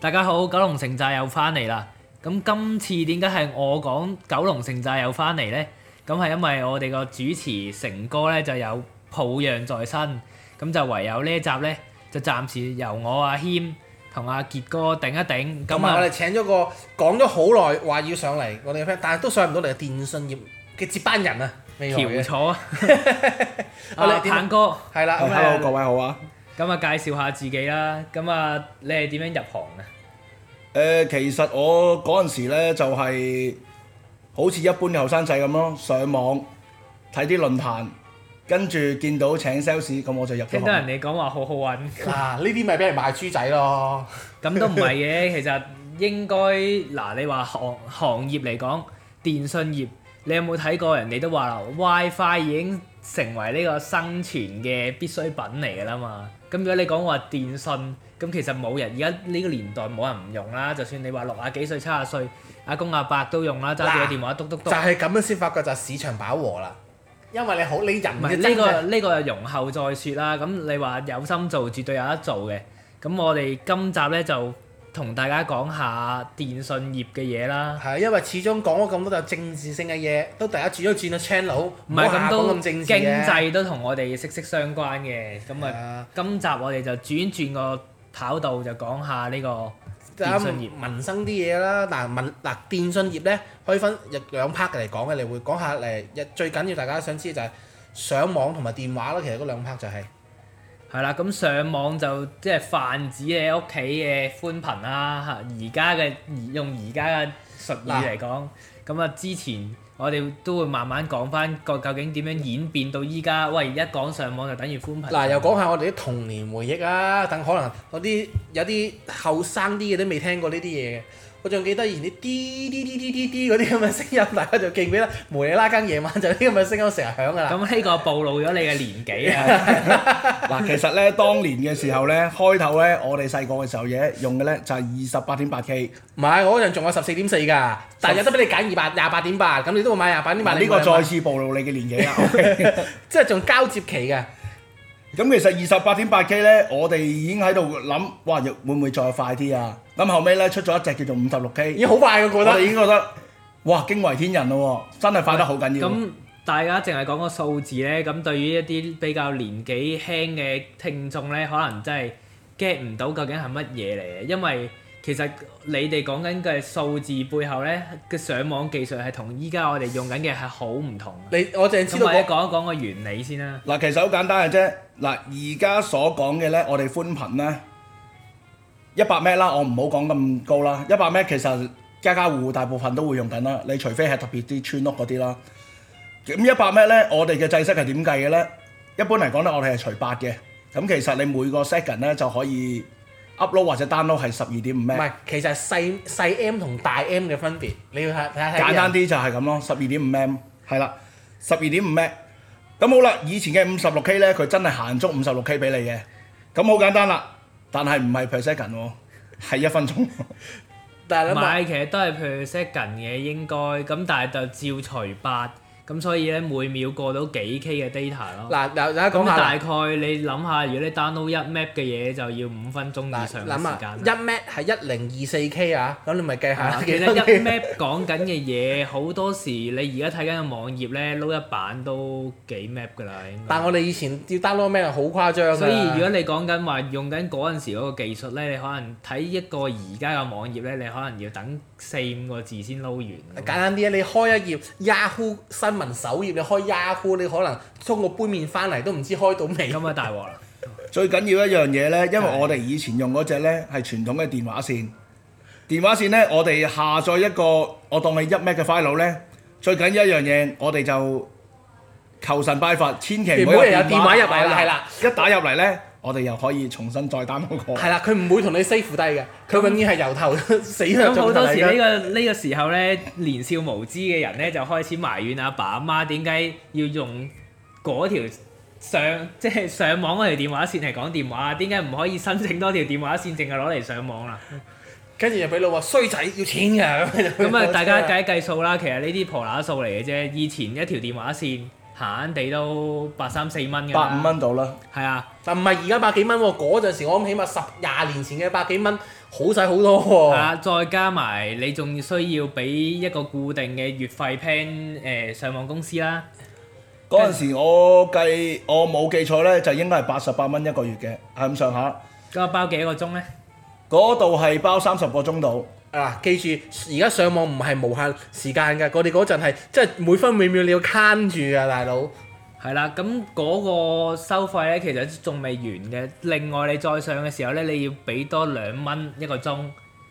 大家好，九龍城寨又翻嚟啦。咁今次點解係我講九龍城寨又翻嚟呢？咁係因為我哋個主持成哥呢就有抱恙在身，咁就唯有呢一集呢，就暫時由我阿軒同阿傑哥頂一頂。同咁埋我啊哋，請咗個講咗好耐話要上嚟，我哋嘅 friend，但係都上唔到嚟嘅電信業嘅接班人啊，未來喬嘅楚啊，我哋點鵬哥，係啦。咁啊 Hello，各位好啊！咁啊介紹下自己啦。咁啊，你係點樣入行啊？誒、其實我嗰陣時咧就係、好似一般嘅後生仔咁咯，上網睇啲論壇，跟住見到請 sales，咁我就入咗聽到人行。哋講話好好揾。嗱，呢啲咪俾人賣豬仔咯。咁都唔係嘅， 其實應該嗱，你話行行業嚟講，電信業，你有冇睇過人哋都話啦，WiFi 已經成為呢個生存嘅必需品嚟㗎啦嘛。咁如果你講話電信，咁其實冇人而家呢個年代冇人唔用啦。就算你話六啊幾歲、七啊歲，阿公阿伯都用啦，揸住個電話篤篤就篤。係咁樣先發覺就係市場飽和啦。因為你好，你人唔係嘅呢真個係呢個容後再説啦。咁你話有心做，絕對有得做嘅。咁我哋今集呢，就同大家講下電信業嘅嘢啦。係因為始終講咗咁多就政治性嘅嘢，都大家轉咗轉咗 channel，唔唔係係咁咁都咁經政治嘅。濟都同我哋息息相關嘅。咁係啊啊，今集我哋就轉轉個跑道，就講下呢個電啱信業。民生啲嘢啦，嗱民嗱電信業咧可以分有兩 part 嚟講嘅，你會講下誒一最緊要大家想知嘅就係上網同埋電話啦，其實嗰兩 part 就係、係啦，咁上網就即係泛指你屋企嘅寬頻啦。嚇，而家嘅用而家嘅術語嚟講，咁啊之前我哋都會慢慢講翻個究竟點樣演變到依家。喂，一講上網就等於寬頻。嗱又講下我哋啲童年回憶啊，等可能嗰啲有啲後生啲嘅都未聽過呢啲嘢嘅。我仲記得以前啲滴滴滴滴滴滴嗰啲咁嘅聲音，大家就記唔記得？無理啦更夜晚就有啲咁嘅聲音成日響㗎啦。咁呢個暴露咗你嘅年紀 啊！ 嗱，其實咧當年嘅時候咧，開頭咧我哋細個嘅時候嘢用嘅咧就係二十八點八 K，唔係，我嗰陣仲有十四點四㗎，但係有得俾你揀二百廿八點八，咁你都會買廿八點八。嗱呢個再次暴露你嘅年紀啦。OK 啊即係仲交接期嘅。 咁其實二十八點八 K 咧，我哋已經喺度諗，哇，會唔會再快啲啊？咁後尾咧出咗一隻叫做五十六 K。已經好快嘅，覺我哋已得經覺得哇驚為天人咯喎，真係快得好緊要。咁大家淨係講個數字咧，咁對於一啲比較年紀輕嘅聽眾咧，可能真係 get 唔到究竟係乜嘢嚟嘅，因為其實你哋講緊嘅數字背後咧嘅上網技術係同依家我哋用緊嘅係好唔同嘅。你我淨係知咁道或者嗰講一講個原理先啦。嗱，其實好簡單嘅啫。嗱，而家所講嘅呢，我哋寬頻呢，一百 m 啦，我唔好講咁高啦。一百 m 其實家家户户大部分都會用緊啦。你除非係特別啲村屋嗰啲啦。咁一百 m 呢，我哋嘅制式係點計嘅呢？一般嚟講呢，我哋係除八嘅。咁其實你每個 second 呢就可以 upload 或者 download 係十二點五唔 m 係，其實係細細 M 同大 M 嘅分別，你要睇睇下睇下簡單啲人。啲就係咁咯，十二點五 m 係啦，十二點五 m 咁好啦，以前嘅五十六 K 咧，佢真係限足五十六 K 俾你嘅，咁好簡單啦。但係唔係 per second 喎，係一分鐘。 但係啊唔諗下，係，其實都係 per second 嘅應該，咁但係就照除八，咁所以咧每秒過到幾 K 嘅 data 咯。嗱嗱，大家咁講下大啦概你諗下，如果你 download 一 map 嘅嘢就要五分鐘以嗱，上諗嘅時下間。一 m 係一零二四 K 啊，咁你咪計係下啦幾其多實一 K？ map 講緊嘅嘢，好多時你而家睇緊嘅網頁咧，撈一版都幾 map 㗎啦，應但該。我哋以前要 download 咩好誇張啊㗎所以如果你講緊話用緊嗰陣時嗰個技術咧，你可能睇一個而家嘅網頁咧，你可能要等四五個字先撈完。簡單啲啊，你開一頁 Yahoo 新聞首頁，你開 Yahoo，你可能沖個杯面翻嚟都唔知開到未。咁啊大鑊啦！最緊要一樣嘢咧，因為我哋以前用嗰只咧係傳統嘅電話線，電話線咧我哋下載一個我當你一 m 嘅 file 咧，最緊要一樣嘢，我哋就求神拜佛，千祈唔好唔好有電話入嚟啦係啦，一打入嚟咧，我哋又可以重新再 download 過。係啦，佢唔會同你 save 低嘅，佢永遠係由頭 死咗咁好多時呢、個呢、個時候咧，年少無知嘅人咧就開始埋怨阿啊爸阿媽點解要用嗰條上即係上網嗰條電話線嚟講電話，點解唔可以申請多條電話線，淨係攞嚟上網啊啦？跟住就俾老話衰仔要錢㗎，啊啊咁啊，大家計一計數啦，其實呢啲婆乸數嚟嘅啫。以前一條電話線閒閒地都百三四蚊㗎啦百五，蚊到啦，係啊，但唔係而家百幾蚊喎，嗰陣時我諗起碼十廿年前嘅百幾蚊好使好多哦喎、係啊，再加埋你仲需要俾一個固定嘅月費 plan 誒上網公司啦，嗰陣時我計我冇記錯咧，就應該係八十八蚊一個月嘅，係咁上下。咁啊包幾多個鐘咧？嗰度係包三十個鐘度，啊！記住，而家上網唔係無限時間㗎，我哋嗰陣係即係每分每秒你要慳住㗎，大佬。係啦，咁嗰個收費咧其實仲未完嘅。另外你再上嘅時候咧，你要俾多兩蚊一個鐘。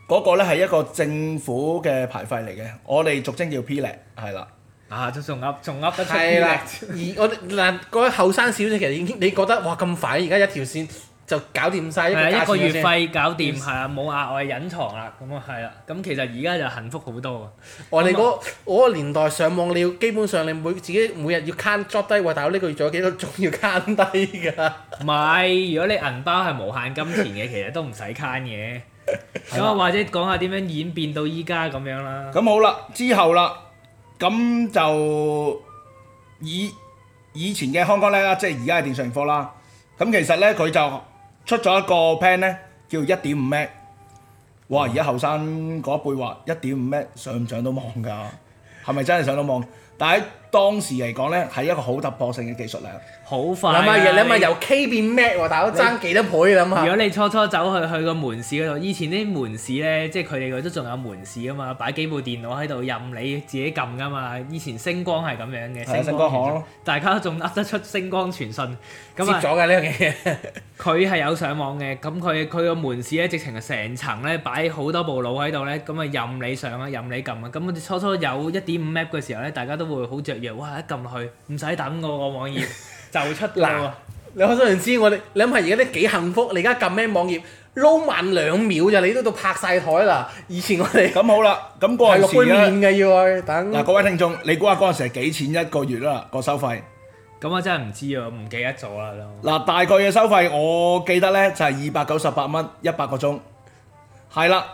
嗰、個咧係一個政府嘅牌費嚟嘅，我哋俗稱叫 P 叻，係啦。啊，仲仲噏仲噏得出係啲啦，力。而我哋嗱嗰位後生小姐其實已經你覺得哇咁快，而家一條線就搞掂晒一個係啦，價一個錢月先。嗯費搞掂，係啦，冇額外隱藏啦，咁啊係啦，咁其實而家就幸福好多啊！我哋嗰嗰個年代上網，你要基本上你每自己每日要慳 drop 低，喂大佬呢個月仲有幾多鐘要慳低㗎？唔係，如果你銀包係無限金錢嘅，其實都唔使慳 嘅。咁啊，或者講下點樣演變到依家咁樣啦。咁好啦，之後啦，咁就以以前嘅香港咧，即係而家嘅電訊科啦。咁其實咧，佢就出咗一個 plan 咧，叫一點五 m 哇！而家後生嗰一輩話一點五 m 上唔上到網㗎？係咪真係上到網？但喺當時嚟講咧，係一個好突破性嘅技術嚟。好快啊諗下嘢，諗下你由 K 變 Mac 喎，大佬爭幾多倍諗啊如下。果你初初走去去個門市嗰度，以前啲門市咧，即係佢哋嗰都仲有門市啊嘛，擺幾部電腦喺度任你自己撳噶嘛。以前星光係咁樣嘅，係啊傳星光訊行咯大家都仲噏得出星光傳訊。接咁啊 咗，㗎呢樣嘢， 佢係有上網嘅，咁佢佢個門市咧，直情係成層咧擺好多部腦喺度咧，咁啊任你上啊，任你撳啊。咁我哋初初有一點五 m a p 嘅時候咧，大家都會好雀躍，哇！一撳落去唔使等個個網頁就出 㗎喎嗱。你可想而知我哋，你諗下而家啲幾幸福，你而家撳咩網頁撈慢兩秒咋，你都到拍晒台啦。以前我 哋咁好啦，咁係嗰啊六陣時杯咧，面嘅要去嗱等。各位聽眾，你估下嗰陣時係幾錢一個月啦？個收費？咁我真係唔知啊，唔記得咗啦都。嗱，大概嘅收費我記得呢就係二百九十八蚊一百個鐘，係啦。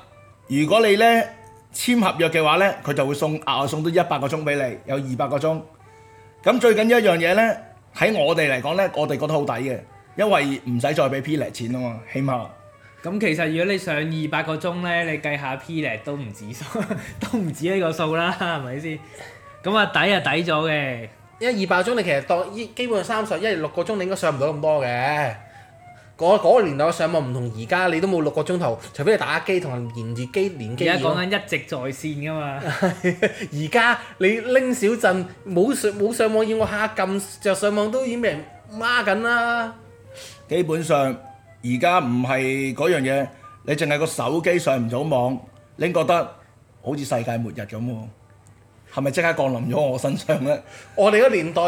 如果你呢簽合約嘅話呢，佢就會送額外送多一百個鐘俾你，有二百個鐘。咁最緊要一樣嘢呢，喺我哋嚟講呢，我哋覺得好抵嘅，因為唔使再俾 P 嚟錢啊嘛，起碼 咁其實如果你上二百個鐘咧，你計下 P 咧都唔止數，都唔止呢個數啦，係咪先？咁啊抵啊抵咗嘅，因為二百個鐘你其實當依基本上三十，一日六個鐘你應該上唔到咁多嘅。嗰嗰個年代上網唔同而家，你都冇六個鐘頭，除非你打機同人連住機連而機家而講緊一直在線噶嘛， 而家你拎小陣冇上冇上網要我下撳就上網都已經俾人孖緊啦。基本上而家唔係嗰樣嘢，你淨係個手機上唔到網，你覺得好似世界末日咁喎，係咪即刻降臨咗我身上呢？我哋嗰年代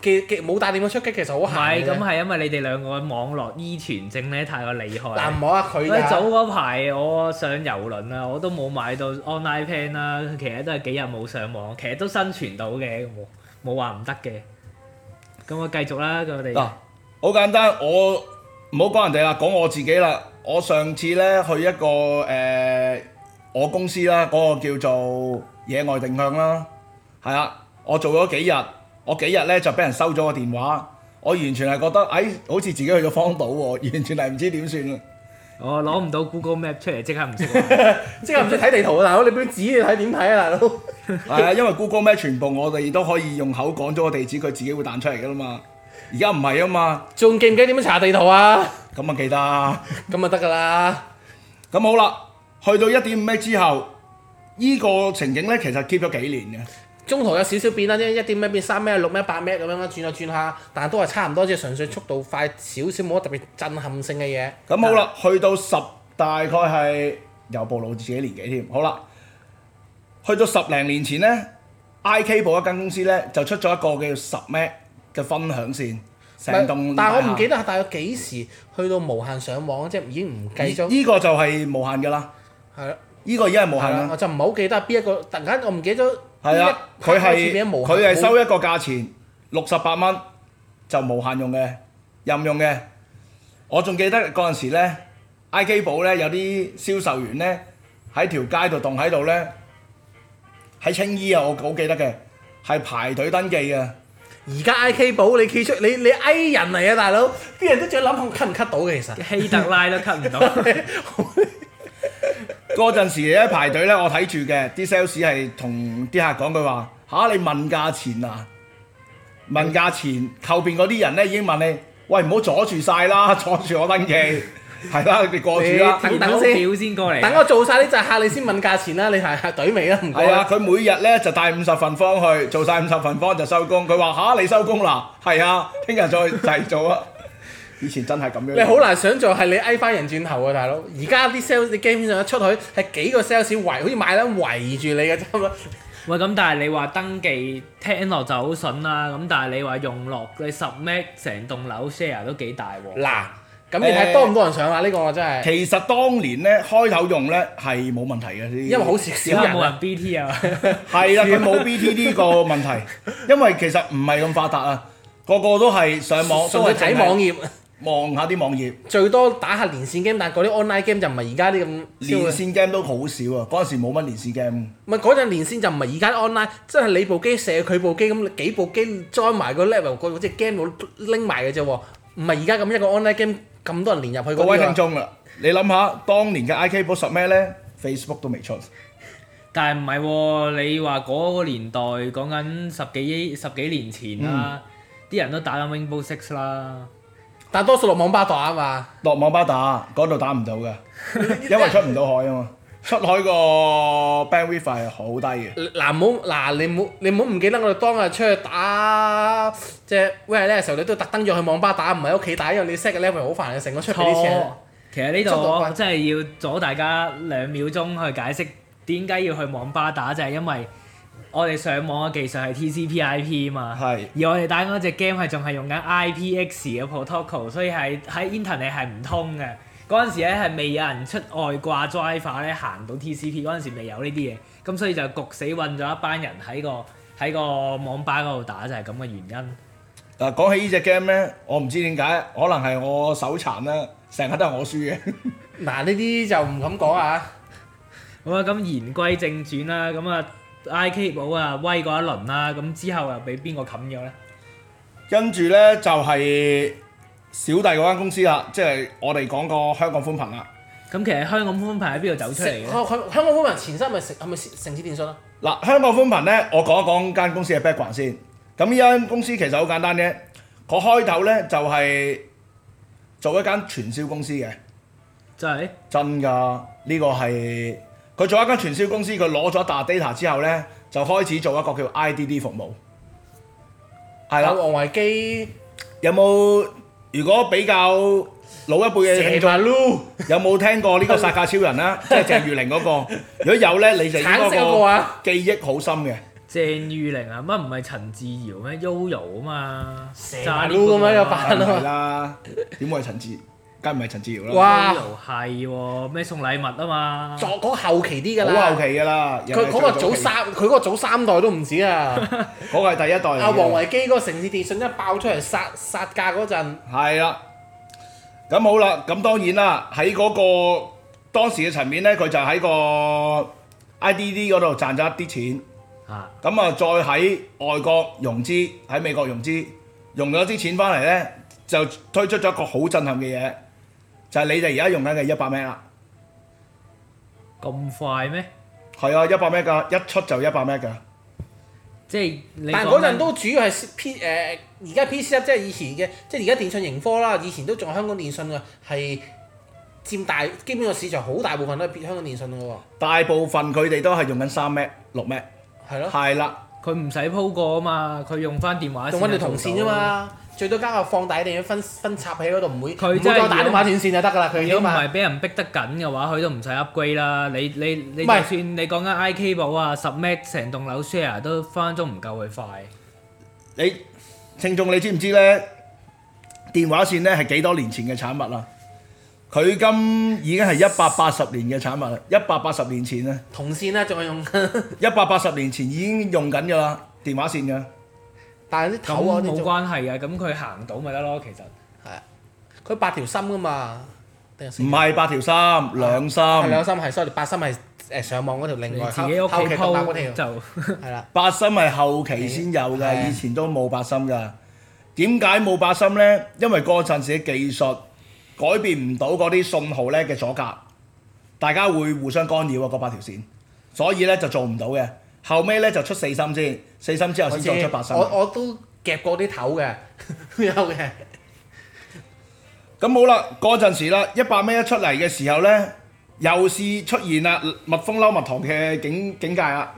嘅嘅冇帶電話出擊，其實唔好閒係嘅咁係因為你哋兩個嘅網絡依存症咧太過厲害嗱唔啦。好啊佢喂，早㗎。嗰排我上郵輪啊，我都冇買到 online plan 啦，其實都係幾日冇上網，其實都生存到嘅，冇冇話唔得嘅。咁我繼續啦，咁我哋嗱，好簡單，我唔好講人哋啦，講我自己啦。我上次咧去一個誒、呃我公司啦，嗰、個叫做野外定向啦，係啊，我做咗幾日，我幾日咧就俾人收咗個電話，我完全係覺得，哎，好似自己去咗荒島喎，完 全係唔知點算啊！我攞唔到 Google Map 出嚟，即刻唔識玩。即係唔識睇地圖啊，大佬！你俾紙你睇點睇啊，大佬？係啊，因為 Google 咩全部我哋都可以用口講咗個地址，佢自己會彈出嚟噶啦嘛。而家唔係啊嘛，仲記唔記得點樣查地圖啊？咁啊記得。咁就得㗎啦。咁好啦，去到一點五米之後，呢、個情景咧其實 keep 咗幾年嘅。中途有少少變啦，因為一點咩變三咩六咩八咩咁樣啦，轉下轉下，但係都係差唔多，即係純粹速度快少少，冇乜特別震撼性嘅嘢。咁好啊啦，去到十大概係又暴露自己年紀添。好啦，去到十零年前咧，IK 部一間公司咧就出咗一個叫十 m 嘅分享線，成棟但係我唔記得得係大約幾時去到無限上網，即係已經唔計咗。呢個就係無限㗎啦，係啦，呢、個已經係無限係啦啦，我。就唔係好記得邊一個，突然間我唔記得咗邊一。係啊，佢係邊一無佢係收一個價錢六十八蚊就無限用嘅，任用嘅。我仲記得嗰陣時咧，IK 寶咧有啲銷售員咧喺條街度棟喺度咧，喺青衣啊，我好記得嘅，係排隊登記嘅。而家 I K 寶你企出你你 A 人嚟啊，大佬！啲人都仲諗控 cut 唔 cut 到嘅，其實 希特拉都 cut 唔到。嗰陣時咧排隊咧，我睇住嘅啲 sales 係同啲客講佢話吓你問價錢啊，問價錢，後邊嗰啲人咧已經問你，喂唔好阻住晒啦， 阻住我登記， 係啦，你過住啦。等啊等等先表先過嚟。啊等我做晒呢隻客，你先問價錢啦，你係係隊尾啦，唔該係啊，啦。佢每日咧就帶五十份方去，做晒五十份方就收工。佢話吓你收工啦，係啊，聽日再 製造啊。以前真係咁樣。你好難想像係你 A 翻人轉頭啊，大佬！而家啲 sales 你基本上一出去係幾個 sales 圍，好似買單圍住你嘅啫嘛。喂，咁但係你話登記聽落就好筍啦，咁但係你話用落你十 m 成棟樓 share 都幾大喎。嗱，咁你睇多唔多人上啦？呢個我真係，其實當年咧開頭用咧係冇問題嘅，因因為好少點少解人冇啊。人 BT 啊？ 係啦，佢冇 BT 呢個問 題，因為其實唔係咁發達啊，個個都係上網，純都係粹睇網頁，望下啲網頁，最多打下連線 game，但係嗰啲 online game 就唔係而家啲咁連超嘅。線 game 都好少啊，嗰陣時冇乜連線 game。唔係嗰陣連線就唔係而家啲 online，真係你部機射佢部機咁，你幾部機 join 埋個 level 個嗰只 game 度拎埋嘅啫喎，唔係而家咁一個 online game 咁多人連入去各嗰位啲聽啊。眾啦，你諗下當年嘅 IK 寶十咩咧？Facebook 都未出，但係唔係喎？你話嗰個年代講緊十幾十幾年前啦，嗯啲人都打緊 Rainbow Six 啦。但多數落網吧打啊嘛，落網吧打嗰度打唔到 嘅，因為出唔到海啊嘛，出海個 bandwidth 係好低嘅。嗱唔好嗱你唔好你唔好唔記得我哋當日出去打即係 w e 咧嘅時候，你都特登要去網吧打，唔喺屋企打，因為你 set 嘅 level 好煩啊嘅，成個出俾啲錯錢。，其實呢速度度我快真係要阻大家兩秒鐘去解釋點解要去網吧打，就係因為我哋上網嘅技術係 TCP/IP 嘛。係而我哋打嗰只 game 係仲係用緊 IPX 嘅 protocol，所以係喺 internet 係唔通嘅。嗰陣時咧係未有人出外掛 driver 咧行到 TCP，嗰陣時未有呢啲嘢，咁所以就焗死混咗一班人喺個喺個網吧嗰度打就係咁嘅原因。嗱，講起呢只 game 咧，我唔知點解，可能係我手殘啦，成日都係我輸嘅。嗱呢啲就唔敢講啊。好啊，咁言歸正傳啦，咁啊 IK 寶啊威過一輪啦，咁之後又俾邊個冚咗咧？跟住咧就係、小弟嗰間公司啦，即係我哋講過香港寬頻啦。咁其實香港寬頻喺邊度走出嚟食嘅香？香香港嗰人前身係咪城係咪城市電信啊？嗱，香港寬頻咧，我講一講間公司嘅 background 先。咁呢間公司其實好簡單啫，我開頭咧就係、做一間傳銷公司嘅，就係真㗎。呢、個係佢做一間傳銷公司，佢攞咗大 data 之後咧，就開始做一個叫 IDD 服務。係啦有，王啊維基有冇如果比較老一輩嘅聽眾，馬路。有冇聽過呢個殺價超 人啦？即係鄭裕玲嗰個。如果有咧，你就應該橙色嗰個啊記憶好深嘅。鄭裕玲啊，乜唔係陳志瑤咩？Yoyo 啊嘛，蛇埋撈咁樣又扮梗啊係啦，點會係陳志？梗唔係陳志瑤啦，啊哇！ Yoyo 係喎，咩送禮物啊嘛？作嗰個後期啲㗎啦。好後期㗎啦。人佢哋嗰個最早早期，三，佢嗰個早三代都唔止啊！嗰個係第一代嚟嘅。阿黃維基嗰個城市電信一爆出嚟殺殺價嗰陣，係啦，咁好啦，咁當然啦，喺嗰、個當時嘅層面咧，佢就喺個 IDD 嗰度賺咗一啲錢。啊，咁啊，再喺外國融資，喺美國融資，融咗啲錢翻嚟咧，就推出咗一個好震撼嘅嘢，就係、你哋而家用緊嘅一百 M 啦。咁快咩？係啊，一百 M 噶，一出就一百 M 噶。即係你但係嗰陣都主要係 P 誒而家 PC 即係以前嘅，即係而家電信盈科啦，以前都仲係香港電信㗎，係佔大基本個市場好大部分都係香港電信㗎喎，大部分佢哋都係用緊三 M、六 M，係咯，係啦，佢唔使鋪過啊嘛，佢用翻電話仲線揾條就銅線做啫到。嘛，最多加個放大定分分插喺嗰度，唔會唔佢會真係再打如果電話斷線就得㗎啦，佢已如經果唔嘛。係俾人逼得緊嘅話，佢都唔使 upgrade 啦。你你你唔就係算你講緊 IK 寶啊，十 m 成棟樓 share 都分分鐘唔夠佢快。你聽眾你知唔知咧？電話線咧係幾多年前嘅產物啦？佢今已經係一百八十年嘅產物啦，一百八十年前啊，銅線咧仲係用， 一百八十年前已經用緊㗎啦，電話線㗎。但係啲咁頭啊啲冇仲關係嘅，咁佢行到咪得咯。其實係啊，佢八條心㗎嘛，定係四唔係八條衫，兩係兩衫，心係，sorry，八心係誒上網嗰條另你外自己屋企後期獨立嗰條鋪就 係啦，八心係後期先有係啊嘅，以前都冇八心噶。點解冇八心呢？因為嗰陣時嘅技術改變唔到嗰啲信號呢嘅阻隔，大家會互相干擾啊嗰八條線，所以呢就做唔到嘅。後尾呢就出四心先，四心之後我先知再出八心。我我都夾過啲頭 嘅，都有嘅。咁好啦，嗰陣時啦，一百米一出嚟嘅時候呢，又是出現啦蜜蜂嬲蜜糖嘅境境界啦。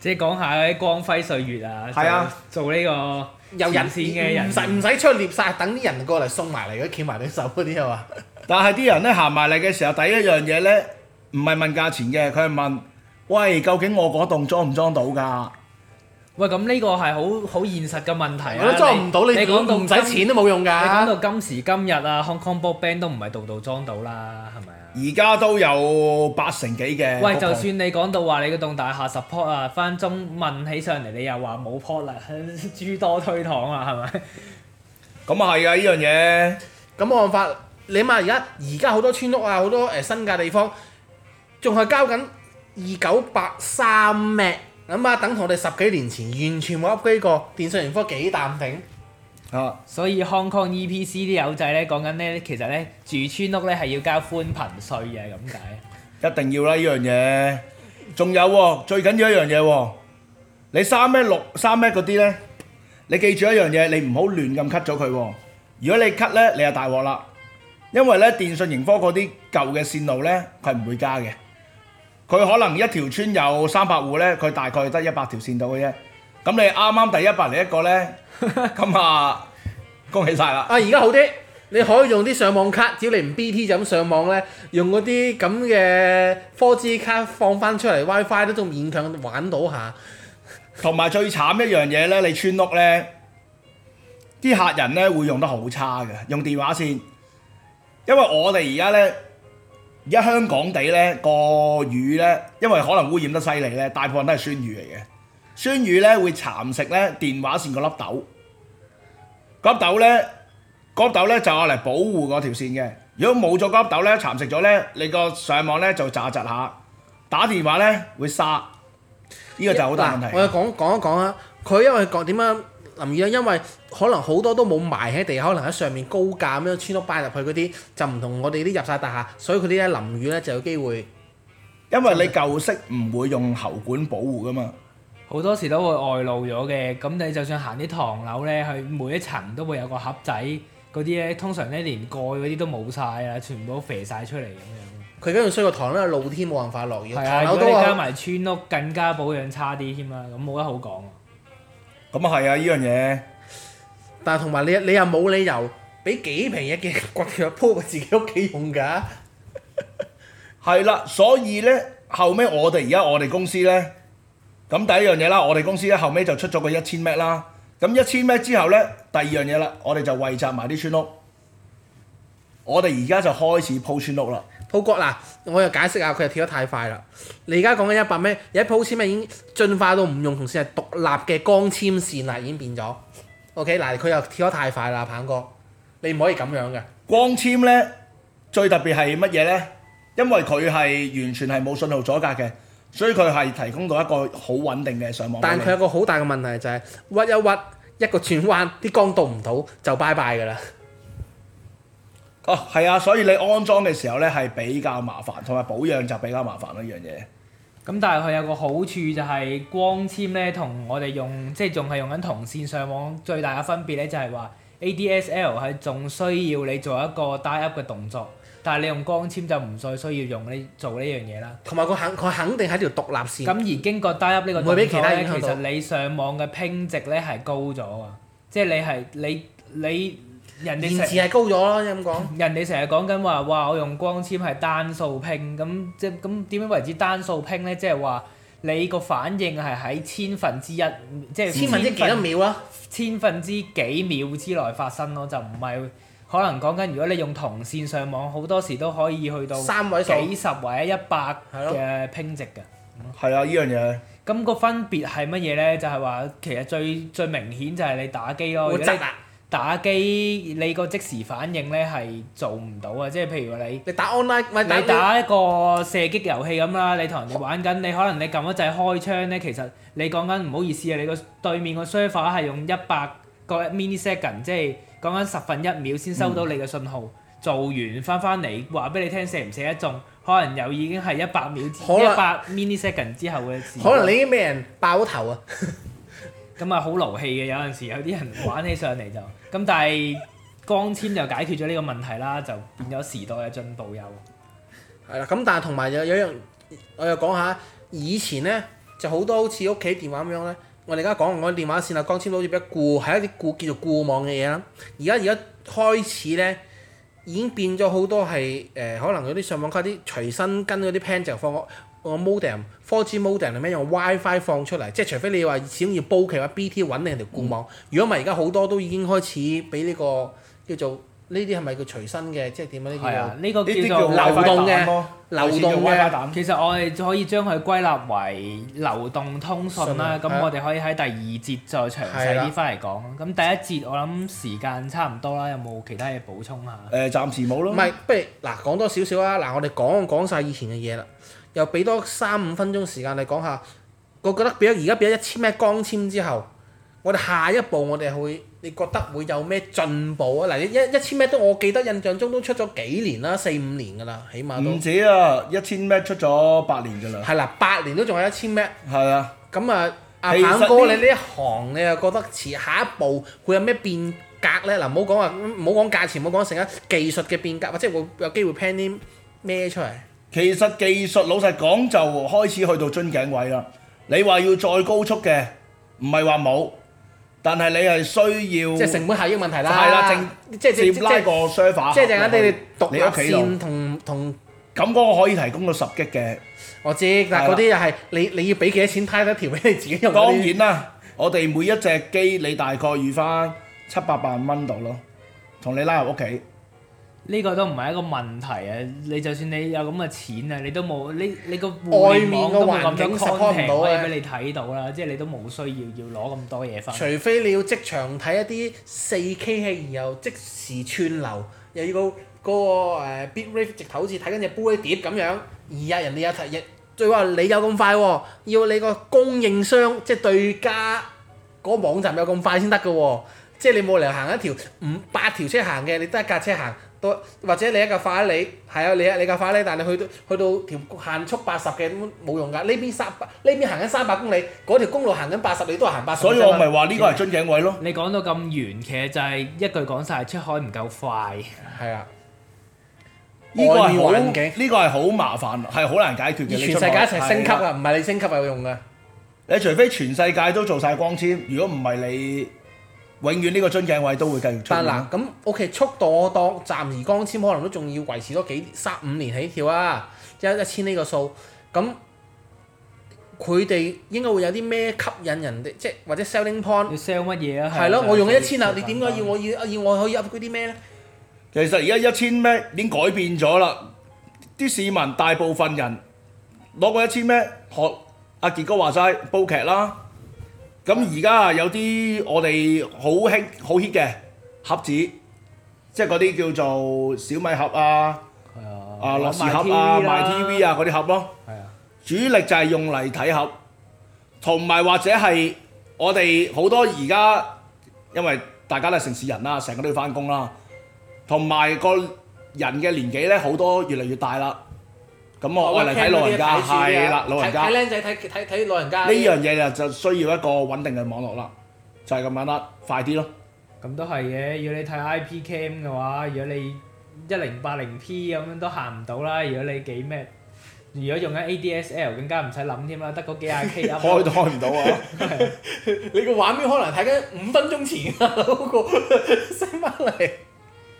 即係講下啲光輝歲月啊，係啊做，做呢個有前人線嘅人唔使唔使出去獵殺，等啲人過嚟送埋嚟，如果翹埋對手嗰啲係嘛？但係啲人咧行埋嚟嘅時候，第一樣嘢咧唔係問價錢嘅，佢係問：喂，究竟我嗰棟裝唔裝到㗎？喂，咁呢個係好好現實嘅問題啊！我都裝唔到你，你講到唔使錢今，都冇用你講㗎。到今時今日啊，Hong Kong Bob Band 都唔係度度裝到啦，係咪啊？而家都有八成幾嘅。喂，就算你講到話你嗰棟大廈 support 啊，分鐘問起上嚟，你又話冇 port 啦， 諸多推搪啊，係咪？咁啊係啊，呢樣嘢咁冇辦法，你嘛而家而家好多村屋啊，好多誒新界地方，仲係交緊二九八三 m 咁啊，等同我哋十幾年前完全冇 upgrade 過，電信盈科幾淡定。啊，所以 Hong Kong EPC 啲友仔咧講緊咧，其實咧住村屋咧係要交寬頻税嘅，咁解。一定要啦呢樣嘢。仲有喎、最緊要一樣嘢喎，你三咩六三咩嗰啲咧，你記住一樣嘢，你唔好亂咁 cut 咗佢喎。如果你 cut 咧，你就大鑊啦，因為咧電信盈科嗰啲舊嘅線路咧，佢係唔會加嘅。佢可能一條村有三百戶咧，佢大概得一百條線到嘅啫。咁你啱啱第一百嚟一個咧，咁啊恭喜晒啦！啊，而家好啲，你可以用啲上網卡，只要你唔 BT 就咁上網咧，用嗰啲咁嘅科技卡放翻出嚟 WiFi 都仲勉強玩到下。同埋最慘一樣嘢咧，你村屋咧，啲客人咧會用得好差嘅，用電話線。因為我哋而家咧，而家香港地咧個魚咧，因為可能污染得犀利咧，大部分都係酸魚嚟嘅。酸魚咧會蠶食咧電話線個粒豆，嗰粒豆咧，嗰粒豆咧就係嚟保護嗰條線嘅。如果冇咗嗰粒豆咧，蠶食咗咧，你個上網咧就窒一窒下，打電話咧會沙，呢、個就好大問題嗱。我又講講一講啊，佢因為講點啊？林宇啊，因為可能好多都冇埋喺地，下，可能喺上面高架咁樣穿屋擺入去嗰啲，就唔同我哋啲入晒大廈，所以佢啲咧淋雨咧就有機會。因為你舊式唔會用喉管保護噶嘛，好多時都會外露咗嘅，咁你就算行啲唐樓咧，佢每一層都會有個盒仔，嗰啲咧通常咧連蓋嗰啲都冇晒啊，全部都肥晒出嚟咁樣。佢而家仲衰過唐樓露天冇辦法落雨，係啊，唐如樓果都你加話埋村屋，更加保養差啲添啦，咁冇得好講啊。咁啊係啊，呢樣嘢但係同埋你你又冇理由俾幾平嘢嘅骨腳鋪過自己屋企用㗎。係啦，所以呢，後尾我哋而家我哋公司呢，咁第一樣嘢啦，我哋公司咧後尾就出咗個一千 m 啦，咁一千 m 之後呢，第二樣嘢啦，我哋就惠集埋啲村屋，我哋而家就開始鋪村屋啦，鋪國嗱，我又解釋下，佢又跳得太快啦。你而家講緊一百咩？有一鋪纖咩已經進化到唔用紅線係獨立嘅光纖線啦，已經變咗。OK，嗱，佢又跳得太快啦，棒哥，你唔可以咁樣嘅。光纖呢，最特別係乜嘢呢？因為佢係完全係冇信號阻隔嘅，所以佢係提供到一個好穩定嘅上網俾你。但佢有個好大嘅問題就係、屈一屈一個轉彎，啲光到唔到就拜拜㗎啦。哦，係啊，所以你安裝嘅時候咧係比較麻煩，同埋保養就比較麻煩咯，呢樣嘢。咁但係佢有個好處就係光纖咧，同我哋用即係仲係用緊銅線上網最大嘅分別咧，就係話 ADSL 係仲需要你做一個 dial up 嘅動作，但係你用光纖就唔再需要用呢做呢樣嘢啦。同埋佢肯佢肯定係條獨立線。咁而經過 dial up 呢個唔會俾動作其他咧，影響其到實你上網嘅拼值咧係高咗啊！即係你係你你人延哋遲成係高咗咯，咁講。人哋成日講緊話，哇！我用光纖係單數拼，咁即係咁點樣為之單數拼咧？即係話你個反應係喺千分之一，即係千分之幾多秒啊？千分之幾秒之內發生咯，就唔係可能講緊如果你用銅線上網，好多時都可以去到三位數幾十或者一百係咯嘅拼值嘅。係啊，呢樣嘢咁個分別係乜嘢咧？就係、話其實最最明顯就係你打機咯。會如果窒你啊！打機你個即時反應咧係做唔到啊！即係譬如你你打 online 咪你打一個射擊遊戲咁啦，你同人哋玩緊，你可能你撳一掣開槍咧，其實你講緊唔好意思啊，你個對面個 server 係用一百個 mini second，即係講緊十分一秒先收嗯到你嘅信號，做完翻翻嚟話俾你聽射唔射得中，可能又已經係一百秒可能一百 mini second 之後嘅事。可能你已經俾人爆咗頭啊！咁啊，好勞氣嘅有陣時，有啲人玩起上嚟就咁，但係光纖就解決咗呢個問題啦，就變咗時代嘅進步有。係啦，咁但係同埋有有一樣，我又講下以前咧就好多好似屋企電話咁樣咧，我哋而家講我電話線啊，光纖都好似俾一固係一啲固叫做固網嘅嘢啦。而家而家開始咧已經變咗好多係誒、呃可能有啲上網卡啲隨身跟嗰啲 plan 就放個個 modem、4G modem 係咩用 WiFi 放出嚟，即係除非你話始終要煲劇或者 BT 揾你條固網。嗯如果唔係，而家好多都已經開始俾呢、個叫做呢啲係咪叫隨身嘅，即係點啊？呢啲係叫啊，呢個呢啲叫叫做流動嘅流流動嘅 WiFi 蛋。其實我哋可以將佢歸納為流動通訊啦，信咁啊我哋可以喺第二節再詳細啲翻嚟講。咁第一節我諗時間差唔多啦，有冇其他嘢補充下？誒暫時冇唔咯。係，不如嗱講多少少啊！嗱，我哋講講晒以前嘅嘢啦，又俾多三五分鐘時間你講下。我覺得俾咗而家俾咗一千咩光纖之後，我哋下一步我哋會，你覺得會有咩進步啊？嗱，一一千咩都我記得印象中都出咗幾年啦，四五年㗎啦，起碼唔都止啊，一千 m 出咗八年㗎啦。係啦，八年都仲有一千咩？係啊，咁啊，阿其實呢棒哥你呢一行，你又覺得遲下一步會有咩變革咧？嗱，唔好講話，唔好講價錢，唔好講成啊，技術嘅變革，或者會有機會 plan 啲咩出嚟？其實技術老實講就開始去到樽頸位啦。你話要再高速嘅，唔係話冇，但係你係需要即係成本效益問題啦。係啦，正即係即接拉個係 server 即係陣間你哋獨你立屋企線度，同同咁嗰個可以提供到十 G 嘅。我知，但係啦嗰啲又係你你要俾幾多錢派得條俾你自 己用嗰啲。當然啦，我哋每一隻機你大概預翻七八百蚊度咯，同你拉入屋企。呢個都唔係一個問題啊！你就算你有咁嘅錢啊，你都冇你你個外互面聯網個都冇咁環多境 support 唔到 content 啊可以俾你睇到啦，即係你都冇需要要攞咁多嘢翻。除非你要即場睇一啲四 K 戲，然後即時串流，又要個嗰個誒 bit rate 直頭好似睇緊隻杯碟咁樣。而啊，人哋有提，最話你有咁快喎、要你個供應商即係對家嗰個網站有咁快先得嘅喎。即係你冇理由行一條五八條車行嘅，你得一架車行多，或者你一架法拉利，係啊，你你架法拉利，但係你去到去到條限速八十嘅咁冇用㗎。呢邊三百，呢邊行緊三百公里，嗰條公路行緊八十，你都係行八十。所以我咪話呢個係樽頸位咯。你講到咁圓，其實就係一句講晒，出海唔夠快。係啊，呢個外係面好，環境呢個係好麻煩，係好難解決而嘅。全你世出界一外齊升級！係啦啊，唔係你升級有用噶。你除非全世界都做晒光纖，如果唔係你，永遠呢個樽頸位都會繼續出但現。嗱，咁 OK，速度我當暫時光纖可能都仲要維持多幾三五年起跳啊，一一千呢個數。咁佢哋應該會有啲咩吸引人哋，即係或者 selling 要嗯 point sell 乜嘢啊？係咯，我用咗一千啦，就你係點解要我要要我可以 upgrade 啲咩咧？其實而家一千 m 已經改變咗啦，啲市民大部分人攞過一千 m 學阿傑哥話齋煲劇啦。咁而家有啲我哋好興好 hit 嘅盒子，即係嗰啲叫做小米盒啊、係啊啊樂視盒啊、賣 TV 啊，啊嗰啲盒咯。係啊。主力就係用嚟睇盒，同埋或者係我哋好多而家，因為大家都係城市人啦，成日都要翻工啦，同埋個人嘅年紀咧好多越嚟越大啦。咁 Ờ, 我哦愛嚟睇老人家，係啦，老人家啊睇呢靚仔睇睇睇老人家樣嘢就就需要一個穩定嘅網絡啦，就係咁簡單，快啲咯。咁都係嘅，如果你睇 IP cam 嘅話，如果你一零八零 P 咁樣都行唔到啦。如果你幾咩？如果用緊 ADSL 更加唔使諗添啦，得嗰幾廿 K 啊。 開都開唔到啊！你個畫面可能睇緊五分鐘前啊，嗰個 升翻嚟。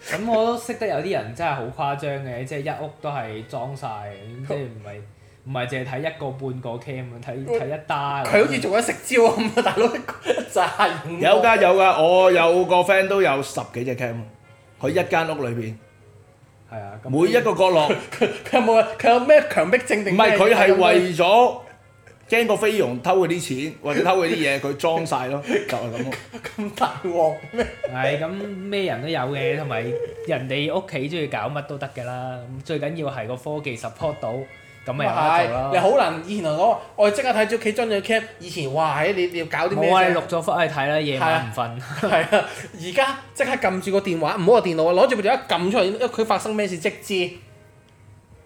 咁我都識得有啲人真係好誇張嘅，即係一屋都係裝晒嘅，即係唔係唔係淨係睇一個半個 cam 咁睇睇一打。嗯佢好似做緊食蕉咁啊！大佬一扎人有㗎有㗎，我有個 friend 都有十幾隻 cam，佢一間屋裏邊，係啊，咁每一個角落。 啊佢有冇佢有咩強迫症定唔咩？係佢係為咗驚個菲傭偷佢啲錢或者偷佢啲嘢，佢裝 晒咯，就係咁咯。咁大鑊咩？係咁咩人都有嘅，同埋人哋屋企中意搞乜都得㗎啦。咁最緊要係個科技 support 到，咁咪有得做你啦。好難以前同我講，我即刻睇咗屋企裝咗 cap。以前哇，喺你你要搞啲咩冇啊！你啫？錄咗翻去睇啦，夜晚唔瞓。係啊，而家即刻撳住個電話，唔好話電腦啊，攞住部電話撳出嚟，因為佢發生咩事即知。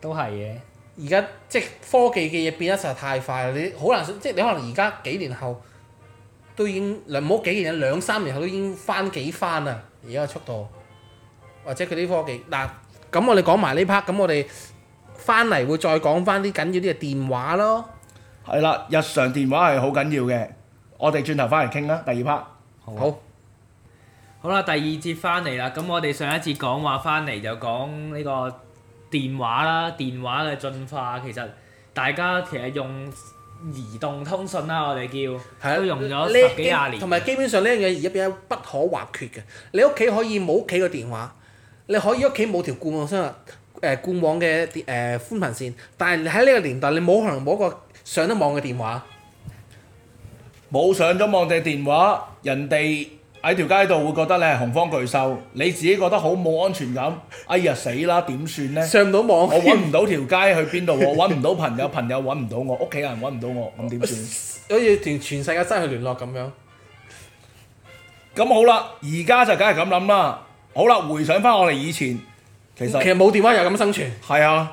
都係嘅，而家即係科技嘅嘢變得實在太快啦，你好難想即係你可能而家幾年後都已經兩唔好幾年，兩三年後都已經翻幾番啦。而家嘅速度，或者佢啲科技嗱，咁我哋講埋呢 part，咁我哋翻嚟會再講翻啲緊要啲嘅電話咯。係啦，日常電話係好緊要嘅。我哋轉頭翻嚟傾啦，第二 part。好啊。好，好啦，第二節翻嚟啦，咁我哋上一節講話翻嚟就講呢個電話啦，電話嘅進化其實大家其實用移動通訊啦，我哋叫係啊都用咗呢十幾廿年同埋基本上呢樣嘢而家變咗不可或缺嘅。你屋企可以冇屋企個電話，你可以屋企冇條固網線，啊誒固網嘅電誒寬頻線，但係喺呢個年代你冇可能冇一個上得網嘅電話。冇上咗網嘅電話，人哋喺條街度會覺得你係洪荒巨獸，你自己覺得好冇安 全感。哎呀死啦，點算呢？上唔到網我，揾唔到條街去邊度，我揾唔到朋友，朋友揾唔到我，屋企人揾唔到我，咁點算？好似全全世界失去聯絡咁樣。咁好啦，而家就梗係咁諗啦。好啦，回想翻我哋以前，其其實實冇電話又咁生存，係啊。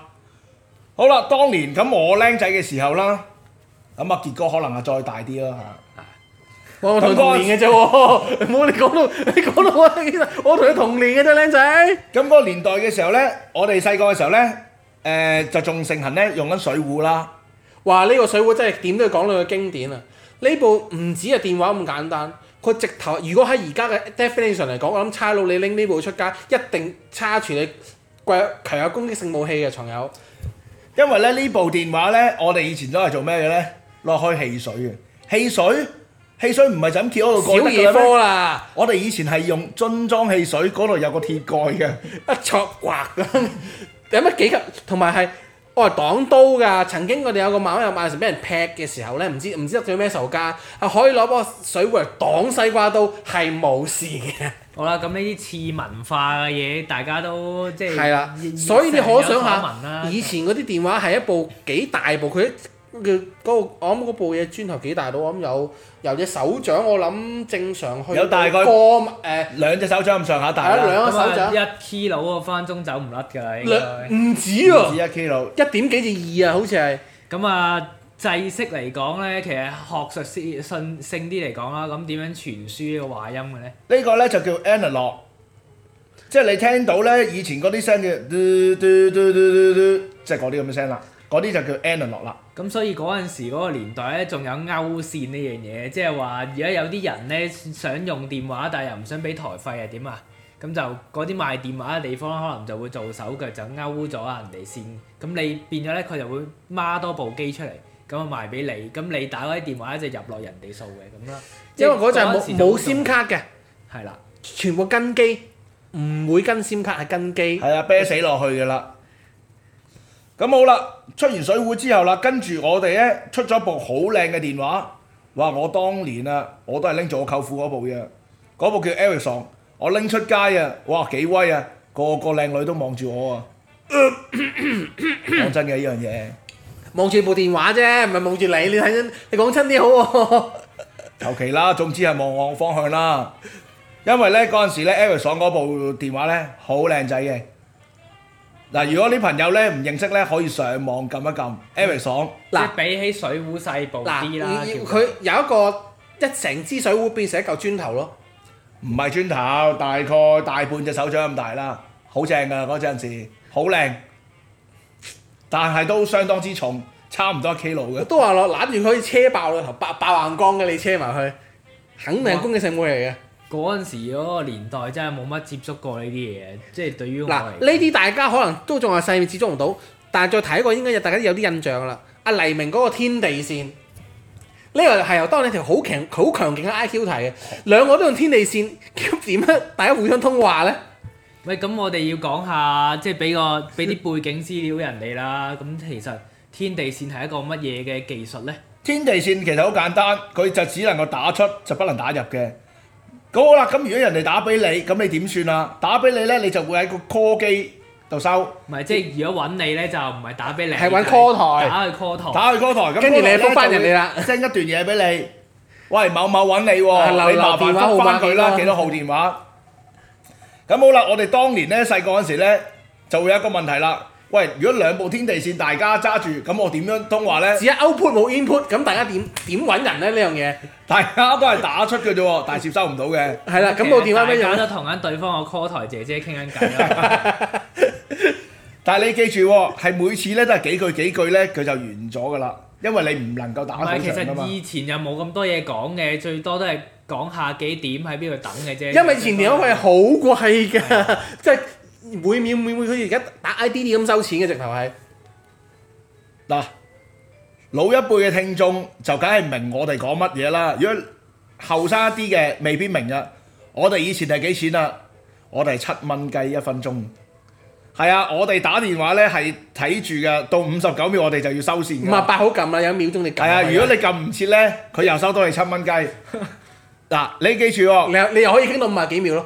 好啦，當年咁我僆仔嘅時候啦，咁啊傑哥可能啊再大啲啦嚇。我同佢同年嘅啫喎，冇你講到你講到我，我同佢同年嘅啫，僆仔。咁嗰個年代嘅時候呢，我哋細個嘅時候呢，誒、就仲盛行呢用緊水壺啦。哇！呢、個水壺真係點都要講到佢經典啊！呢部唔止係電話咁簡單，佢直頭如果喺而家嘅 definition 嚟講，我諗差佬你拎呢部出街，一定叉住你貴強有攻擊性武器嘅藏有。因為咧呢部電話咧，我哋以前都係做咩嘅咧？落開汽水嘅，汽水汽水唔係就咁揭嗰度小蓋得兒嘅咩？科啊啦，我哋以前係用樽裝汽水，嗰度有個鐵蓋嘅。一戳刮咁，有乜幾級？同埋係我係擋刀㗎。曾經我哋有個漫畫有賣時俾人劈嘅時候咧，唔知唔知得罪咩仇家，係可以攞個水壺嚟擋西瓜刀，係冇事嘅。好啦，咁呢啲次文化嘅嘢，大家都即係係啦熱，熱所以你可成有想所聞下，啦以前嗰啲電話係一部幾大部，佢一佢嗰個我諗嗰部嘢磚頭幾大到，我諗有由隻手掌，我諗正常去有大概過誒係兩隻手掌咁上下大係啊啦，兩咁個手掌啊一 key 佬個分分鐘走唔甩㗎啦，應該兩。唔止唔啊止，一 kilo。一點幾至二啊，好似係咁啊，制式嚟講咧，其實學術性性性啲嚟講啦，咁點樣傳輸呢個話音嘅咧？呢個咧就叫 analog，即係你聽到咧以前嗰啲聲嘅嘟嘟嘟嘟嘟嘟，即係嗰啲咁嘅聲啦。嗰啲就叫 analog 啦。咁所以嗰陣時嗰個年代咧，仲有勾線呢樣嘢，即係話而家有啲人咧想用電話，但係又唔想俾台費係點啊？咁就嗰啲賣電話嘅地方可能就會做手腳，就勾咗人哋線。咁你變咗咧，佢就會孖多部機出嚟，咁啊賣俾你。咁你打嗰啲電話咧就入落人哋數嘅咁啦。因為嗰陣即冇係冇陣時就 SIM 卡嘅，係啦。全部跟機，唔會跟 SIM 卡係跟機。係啊，啤死落去嘅啦。咁好啦，出完水壺之後啦，跟住我哋咧出咗部好靚嘅電話。哇！我當年啊，我都係拎咗我舅父嗰部嘅，嗰部叫 Ericsson。我拎出街啊，哇幾威啊！個個靚女都望住我啊。講真嘅呢樣嘢，望住部電話啫，唔係望住你。你睇真，你講親啲好求其啦，總之係望我方向啦。因為咧嗰陣時咧，Ericsson 嗰部電話咧好靚仔嘅。嗱，如果啲朋友咧唔認識咧，可以上網撳一撳 Ericsson。喎。嗱，比起水壺細部嗱，啲啦，要叫佢有一個一成支水壺變成一嚿磚頭咯。唔係磚頭，大概大半隻手掌咁大啦，好正噶嗰陣時，好靚，但係都相當之重，差唔多一 kilo 我嘅。都話咯，攬住佢可以車爆你個頭，爆爆硬光嘅你車埋去，肯定係攻擊性武器嚟嘅。嗰陣時嗰個年代真係冇乜接觸過呢啲嘢，即係對於我嚟嗱，呢講啲大家可能都仲係細面接觸唔到，但係再睇過應該有大家有啲印象㗎啦。阿黎明嗰個天地線，呢個係由當你條好強好強勁嘅 I Q 題嘅，兩個都用天地線，咁點樣大家互相通話咧？喂，咁我哋要講下，即係俾個 俾啲背景資料人哋啦。咁其實天地線係一個乜嘢嘅技術呢？天地線其實好簡單，佢就只能夠打出，就不能打入嘅。咁好啦，咁如果人哋打俾你，咁你點算啊？打俾你呢，你就會喺個 call 機度收，唔係即係如果揾你咧，就唔係打俾你，嗯係揾 call 台打去 call 台。打去 call 台，咁跟住你 call 台呢覆返人哋啦就會 send 一段嘢俾你，喂某某揾你啊留喎，你留麻煩電話號覆翻碼佢俾啦，我幾多號電話？咁好啦，我哋當年呢，細個嗰時呢，就會有一個問題啦。喂，如果兩部天地線大家揸住，咁我點樣通話呢？只係 output 冇 input，咁大家點點揾人咧？呢大家都係打出嘅啫喎，但係接收唔到嘅。樣嘢係啦，咁冇電話大咩用家呢？都同緊對方個 call 台姐姐傾緊 偈啦。但係你記住喎，係每次咧都係幾句幾句咧，佢就完咗噶啦，因為你唔能夠打唔係，到其上噶嘛實。以前又冇咁多嘢講嘅，最多都係講下幾點喺邊度等嘅啫。因為前年係好貴㗎，即係每秒每秒佢而家打 IDD 咁收錢嘅，直頭係嗱，老一輩嘅聽眾就梗係明我哋講乜嘢啦。如果後生一啲嘅未必明啊。我哋以前係幾錢啊？我哋係七蚊雞一分鐘。係啊，我哋打電話咧係睇住噶，到五十九秒我哋就要收線唔㗎係八好撳啦，有一秒鐘你撳係啊，落去如果你撳唔切咧，佢又收到你七蚊雞。嗱，你記住喎、你你又可以傾到五十幾秒咯，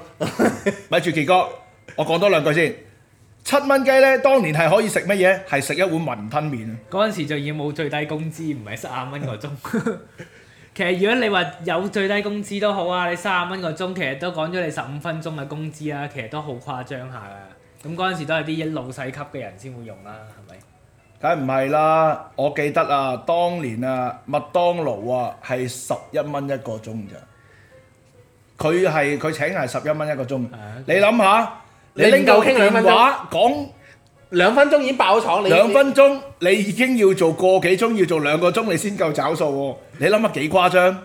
咪住傑哥，我講多兩句先。七蚊雞咧，當年係可以食乜嘢？係食一碗雲吞麵。嗰陣時就已經冇最低工資，唔係三十蚊個鐘。 其實如果你話有最低工資都好啊，你三十蚊個鐘其實都講咗你十五分鐘嘅工資啦，其實都好誇張下㗎。咁嗰陣時都係啲老細級嘅人先會用啦，係咪？梗唔係啦，我記得啊，當年啊，麥當勞啊係十一蚊一個鐘咋。佢係佢請係十一蚊一個鐘係啊。你諗下，你你唔拎到夠傾兩電分鐘話講兩分鐘已經爆廠，你兩分鐘，你已經要做個幾鐘，要做兩個鐘，你先夠找數喎、你諗下幾誇張？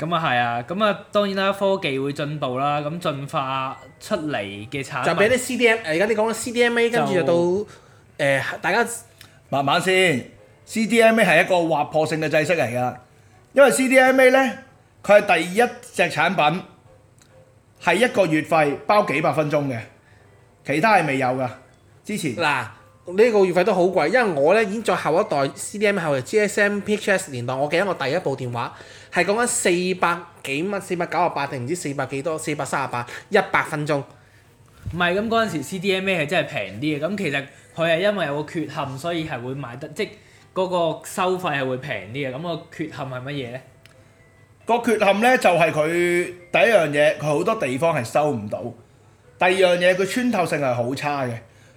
咁啊係啊，咁啊當然啦，科技會進步啦，咁進化出嚟嘅啊產就品俾啲 CDM，而家你講緊 CDMA，跟住就到誒、大家慢慢先，CDMA 係一個劃破性嘅制式嚟噶，因為 CDMA 呢，佢係第一隻產品，係一個月費包幾百分鐘嘅，其他係未有噶。之前嗱呢個月費都好貴，因為我咧已經再後一代 CDMA 後嚟 GSM、PHS 年代，我記得我第一部電話係講緊四百幾蚊，四百九十八定唔知四百幾多，四百三十八，一百分鐘。唔係咁嗰陣時 CDMA 係真係平啲嘅，咁其實佢係因為有個缺陷，所以係會賣得即係嗰個收費係會平啲嘅。咁、個缺陷係乜嘢咧？個缺陷呢，就係佢第一樣嘢，佢好多地方係收唔到；第二樣嘢，佢穿透性係好差嘅。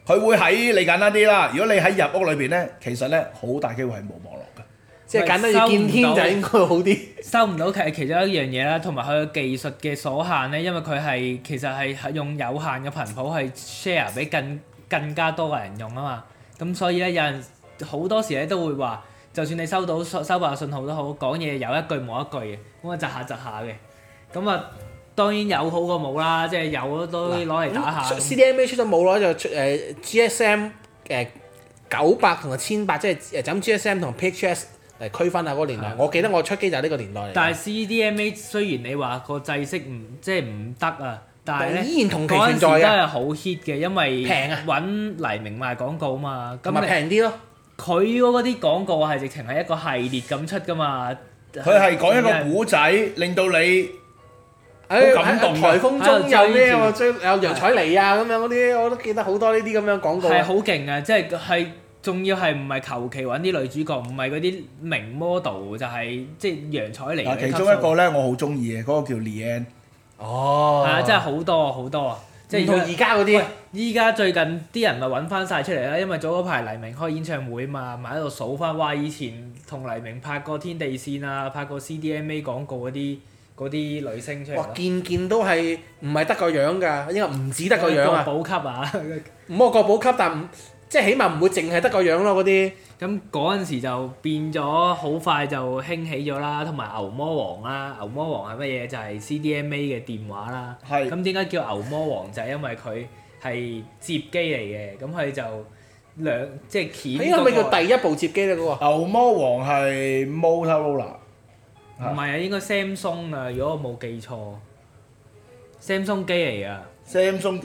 佢會喺你簡單啲啦，如果你喺入屋裏邊呢，其實呢，好大機會係冇網絡嘅。即係簡單要見天就應該好啲。收唔到其其中一樣嘢啦，同埋佢嘅技術嘅所限咧，因為佢係其實係係用有限嘅頻譜去 share 俾更更加多嘅人用啊嘛。咁所以咧，有人好多時咧都會話，就算你收到收收白信號都好，講嘢有一句冇一句嘅，咁啊窒下窒下嘅。咁啊，當然有好過冇啦，即係有都 Vâng. 攞嚟打下咁咁。 CDMA 出咗冇耐就出誒、GSM 誒九百同埋千八，即係誒就咁 GSM 同 PHS 嚟區分啊嗰個年代係。我記得我出機就係呢個年代嚟。但係 CDMA 雖然你話個制式唔即係唔得啊，但係咧依然同期嗰陣存時在都嘅，啊係好 hit 嘅，因為平啊揾黎明賣廣告嘛，咁同埋你平啲咯。佢嗰啲廣告啊係直情係一個系列咁出噶嘛。佢係講一嗯個古仔，令到你。誒好感動㗎颱風中有咩喺度我追有楊采妮啊咁樣嗰啲，我都記得好多呢啲咁樣廣告。係好勁啊！即係係仲要係唔係求其揾啲女主角，唔係嗰啲名 model，就係即係楊采妮嗱，嘅啊其級中數一個咧，我好中意嘅，嗰、個叫 l i a n 哦係啊，真係好多啊好多啊！即係唔同而家嗰啲喂，依家最近啲人咪揾翻晒出嚟啦，因為早嗰排黎明開演唱會嘛，咪喺度數翻，哇！以前同黎明拍過天地線啊，拍過 CDMA 廣告嗰啲嗰啲女星出嚟哇咯，件件都係唔係得個樣㗎，應該唔止得個樣啊，補級啊！ 唔好個補級，但唔即係起碼唔會淨係得個樣咯嗰啲。咁嗰陣時就變咗，好快就興起咗啦，同埋牛魔王啦，牛魔王係乜嘢？就係、CDMA 嘅電話啦。係咁點解叫牛魔王？就係、因為佢係接機嚟嘅，咁佢就兩即係鉗應該咪嗰個叫第一部接機咧嗰個？牛魔王係 Motorola，唔係啊，應該 Samsung 啊，如果我冇記錯，Samsung 機嚟啊， Samsung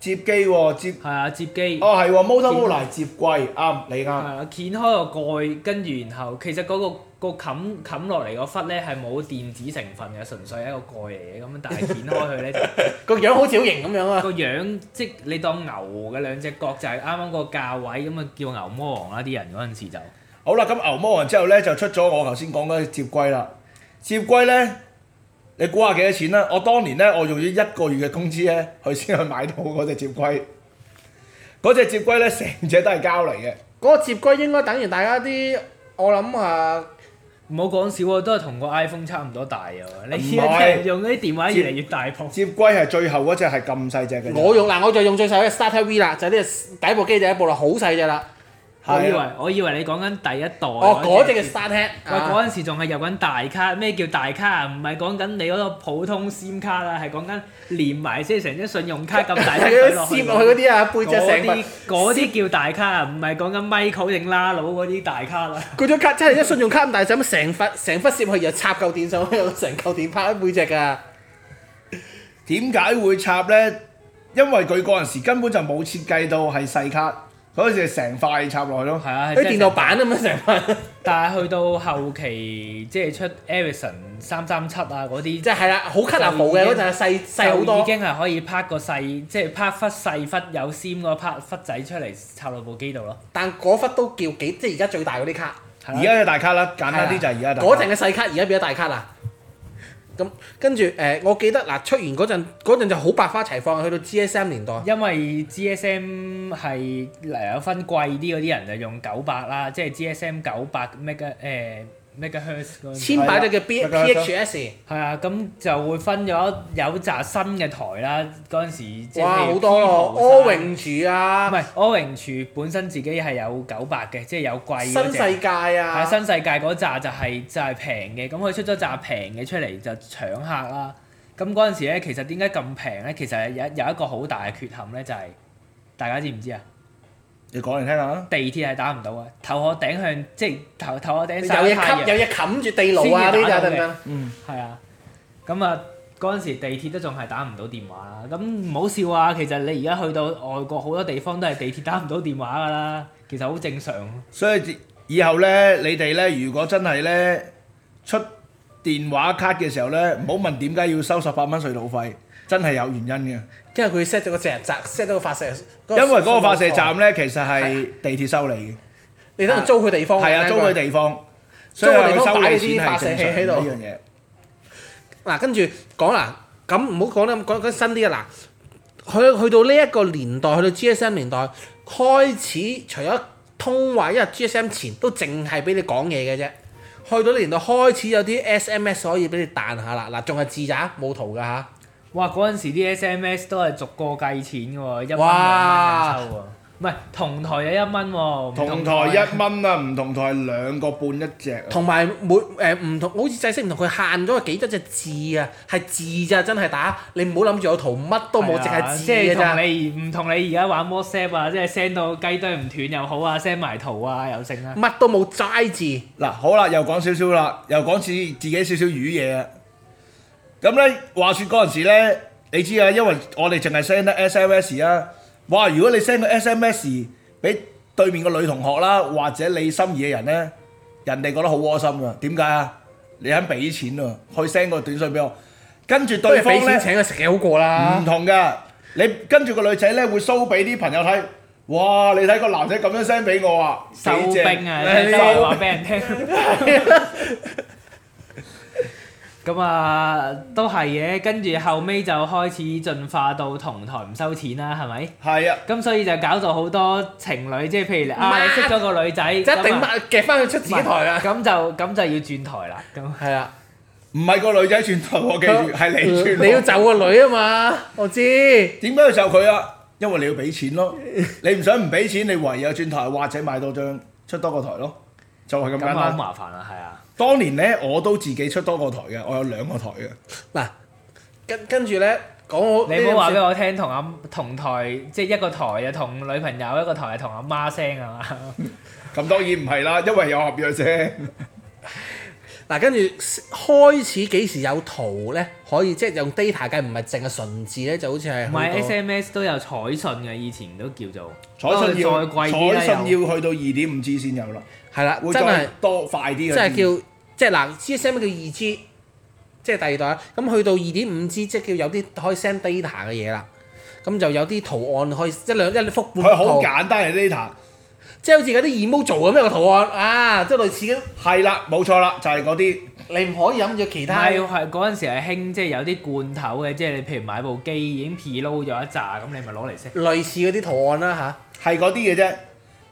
接機喎，接係啊，接機。哦係喎，Motorola 接櫃啱，你係啱，啊，掀開個蓋，跟住然後其實嗰、個個冚冚落嚟個忽咧係冇電子成分嘅，純粹係一個蓋嚟嘅咁，但係掀開佢咧 個樣好似好型咁樣啊！個樣，即你當牛嘅兩隻角就係啱啱個價位咁啊，叫牛魔王啦！啲人嗰陣時就好啦，咁牛魔王之後咧就出咗我頭先講嗰隻接櫃啦，接櫃咧。你估下幾多錢啊啦？我當年咧，我用咗一個月嘅工資咧，佢先去買到嗰只接龜。嗰只接龜咧，成隻都係膠嚟嘅。嗰個接龜應該等於大家啲，我諗下唔好講少喎，都係同個 iPhone 差唔多大啊！你唔依係家用嗰啲電話越嚟越大部。接龜係最後嗰只係咁細只嘅啫。我用嗱，我就用最細嘅 Starter V 啦，就係呢只第一部機就係一部啦，好細隻啦。我以係為啊我以為你講緊第一代哦，嗰只嘅啊時 Starter 喂，嗰陣時仲係入緊大卡，咩叫大卡啊？唔係講緊你嗰個普 通 SIM 卡啦，係講緊連埋即係成張信用卡咁大一堆落去 攝落去嗰啲啊，背脊嗰成啲塊嗰啲叫大卡啊，唔係講緊 Michael 定拉佬嗰啲大卡啦。嗰張卡真係一信用卡咁大隻咁，成忽成忽攝去，然後插嚿電上去，成嚿電拍喺背脊啊㗎。點解會插咧？因為佢嗰陣時根本就冇設計到係細卡，嗰陣時係成塊插落去咯。係啊，啲電腦版咁樣成塊，但係去到後期即係出 Ericsson 三三七啊嗰啲即。係係啦，好 cut 啊冇嘅嗰陣係細細好就已多。經係可以拍個細，即係拍忽細忽有閃個拍忽仔出嚟插落部機度咯。但嗰忽都叫幾，即係而家最大嗰啲卡。係啦而家嘅大卡啦，簡單啲就係而家啊大卡。嗰陣嘅細卡，而家變咗大卡啦。咁跟住誒、我記得嗱出完嗰陣，嗰陣就好百花齊放，去到 GSM 年代。因為 GSM 係誒有分貴啲嗰啲人就用九百啦，即係 GSM 九百 mega 誒 megahertz 嗰陣。千百隻嘅 B 嗯係啦啊咪搞 PHS，係啊，咁就會分咗有扎新嘅台啦。嗰陣時即係哇譬如好多咯， Keyhole 啊柯榮柱唔啊，係柯榮柱本身自己係有九百嘅，即係有貴嗰新隻。世界啊係，新世界嗰扎就係、就係平嘅，咁佢出咗扎平嘅出嚟就搶客啦。咁嗰陣時咧，其實點解咁平咧？其實係有有一個好大嘅缺陷咧，就係、大家知唔知啊？你講嚟聽下啊。地鐵係打唔到啊，頭殼頂向即係頭頭殼頂有曬嘢太啊吸，有陽，嘢冚住地牢啊，先至打呢啲到就嘅等等。嗯，係啊。咁啊，嗰陣時地鐵都仲係打唔到電話啦。咁唔好笑啊，其實你而家去到外國好多地方都係地鐵打唔到電話㗎啦，其實好正常。所以以後咧，你哋咧，如果真係咧出電話卡嘅時候咧，唔好問點解要收十八蚊隧道費，真係有原因嘅。因為佢 set 咗個石閘，set 咗個發射，因因為嗰個發射站，咧，其實係地鐵收你嘅，你等佢租佢地方。係啊，租佢地。地方，租所以佢地佢方收擺你啲錢發係射正器常喺度嘅呢樣嘢。嗱，跟住講啦，咁唔好講得咁講講新啲嘅啊嗱，去去到呢一個年代，去到 GSM 年代開始，除咗通話，因為 GSM 前都淨係俾你講嘢嘅啫。去到呢年代開始有啲 SMS 可以俾你彈下啦，嗱仲係字咋，冇圖㗎吓。哇！嗰陣時啲 SMS 都係逐個計錢嘅喎，一蚊哇兩蚊咁抽喎。唔係同台有一蚊喎，唔同台一蚊啊，唔同台兩個半一隻啊。同埋每誒唔同，好似制式唔同，佢限咗幾多隻字啊，係字咋，真係打，你唔好諗住有圖，乜都冇，淨係啊係字即係嘅咋同。你唔同你而家玩 WhatsApp 啊，即係 send 到雞啄唔斷又好啊，send 埋圖啊又剩啊。乜都冇齋字，嗱，好啦，又講少少啦，又講自自己少少魚嘢啊。咁咧，話説嗰陣時咧，你知啊，因為我哋淨係 send 得 SMS 啊。哇！如果你 send 個 SMS 俾對面個女同學啦，或者你心儀嘅人咧，人哋覺得好窩心噶。點解啊？你肯俾錢啊，去 send 個短信俾我，跟住都對係方俾錢咧。請佢食嘢好過啦唔。同噶，你跟住個女仔咧會 show 俾啲朋友睇，哇！你睇個男仔咁樣 send 俾我啊，收幾正兵啊！你真係話收俾人聽。咁啊，都係嘅。跟住後尾就開始進化到同台唔收錢啦，係咪？係啊，咁所以就搞到好多情侶，即係譬如你啊，媽你識咗個女仔，一定咁啊乜夾翻佢出自己台啊！咁就咁就要轉台啦。咁係啊，唔係個女仔轉頭，我記住係你轉 我。你要就個女啊嘛，我知。點解要就佢啊？因為你要俾錢咯，你唔想唔俾錢，你唯有轉台或者買多張出多個台咯，就係咁咁簡啊好單。麻煩啊，係啊。當年咧我都自己出多個台嘅，我有兩個台嘅。嗱，跟跟住咧講好，你唔好話俾我聽，同阿同台即係一個台啊，同女朋友一個台係同阿媽聲啊嘛。咁當然唔係啦，因為有合約啫。嗱，跟住開始幾時有圖咧？可以即係用 data 計，唔係淨係純字咧，就好似係唔去係到 SMS 都有彩信嘅，以前都叫做彩信要不過再貴啲啦彩又信要去到二點五 G 先有啦，係啦，會真係再。多快即啲嘅。係叫即係嗱，GSM 叫二 G，即係第二代啦。咁去到二點五 G，即係叫有啲可以 send data 嘅嘢啦。咁就有啲圖案可以一兩一幅半佢好幅圖，簡單嘅 data，即係好似嗰啲 emoji 咁樣嘅圖案啊，即係類似嘅。係啦，冇錯啦，就係嗰啲你唔可以飲咗其但他係係嗰陣時係興，即係有啲罐頭嘅，即係你譬如買部機已經 P 撈咗一扎，咁你咪攞嚟識。類似嗰啲圖案啦吓，係嗰啲嘅啫。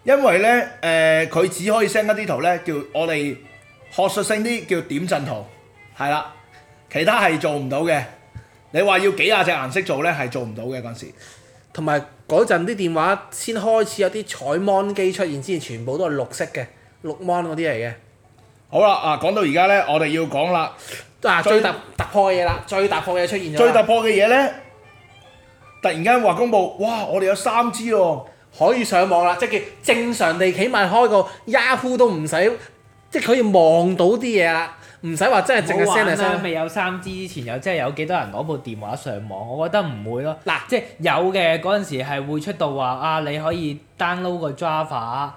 因為咧，誒、佢只可以 send 一啲圖咧，叫我哋學術性啲叫點陣圖，係啦，其他係做唔到嘅。你話要幾廿隻顏色做咧，係做唔到嘅嗰陣時。同埋嗰陣啲電話先開始有啲彩 mon 機出現之前，全部都係綠色嘅綠 mon 嗰啲嚟嘅。好啦，啊講到而家咧，我哋要講啦，嗱，啊最最突突破嘅嘢啦，最突破嘅嘢出現咗最突啦，破嘅嘢咧，突然間話公佈，哇！我哋有三支咯，可以上網啦，即係叫正常地起碼開個 Yahoo 都唔使，即係可以望到啲嘢啦，唔使話真係淨係冇 send 玩嚟啦 send 去。未有三 G 之前有即係有幾多人攞部電話上網？我覺得唔會咯。嗱即係有嘅嗰陣時係會出到話啊，你可以 download 個 Java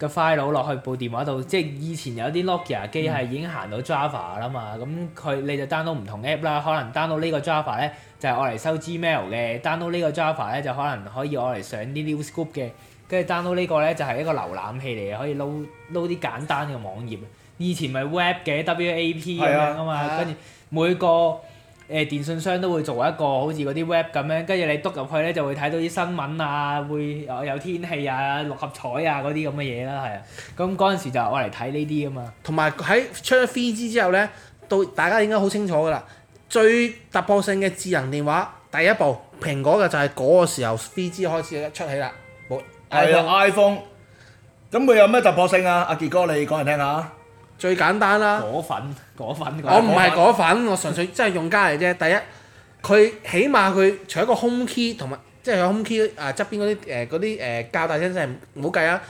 嘅 file 落去部電話度。即係以前有啲 Nokia 機係已經行到 Java 啦嘛，咁佢你就 download 唔同 app 啦，可能 download 呢個 Java 咧就係我嚟收 Gmail 嘅，download 呢個 Java 咧就可能可以我嚟上啲 news group 嘅，跟住 download 呢個咧就係一個瀏覽器嚟嘅，可以撈撈啲簡單嘅網頁。以前咪 web 嘅 WAP 咁係樣啊啊係啊嘛，跟住每個。誒、電信商都會做一個好似嗰啲 web 咁樣，跟住你篤入去咧就會睇到啲新聞啊，會有有天氣啊、六合彩啊嗰啲咁嘅嘢啦，係啊。咁嗰陣時就我嚟睇呢啲啊嘛。同埋喺出咗 3G 之後咧，到大家應該好清楚噶啦，最突破性嘅智能電話第一步，蘋果嘅就係嗰個時候 3G 開始出起啦。冇係 iPhone 啊 iPhone。咁佢有咩突破性啊？阿傑哥，你講嚟聽下。最簡單啦。果粉，果粉，哦我唔果係嗰份，我純粹真係用家嚟啫。第一，佢起碼佢除咗個 home key 同埋即係佢 home key 啊側邊嗰啲誒嗰啲呃誒較大聲聲唔好計啊。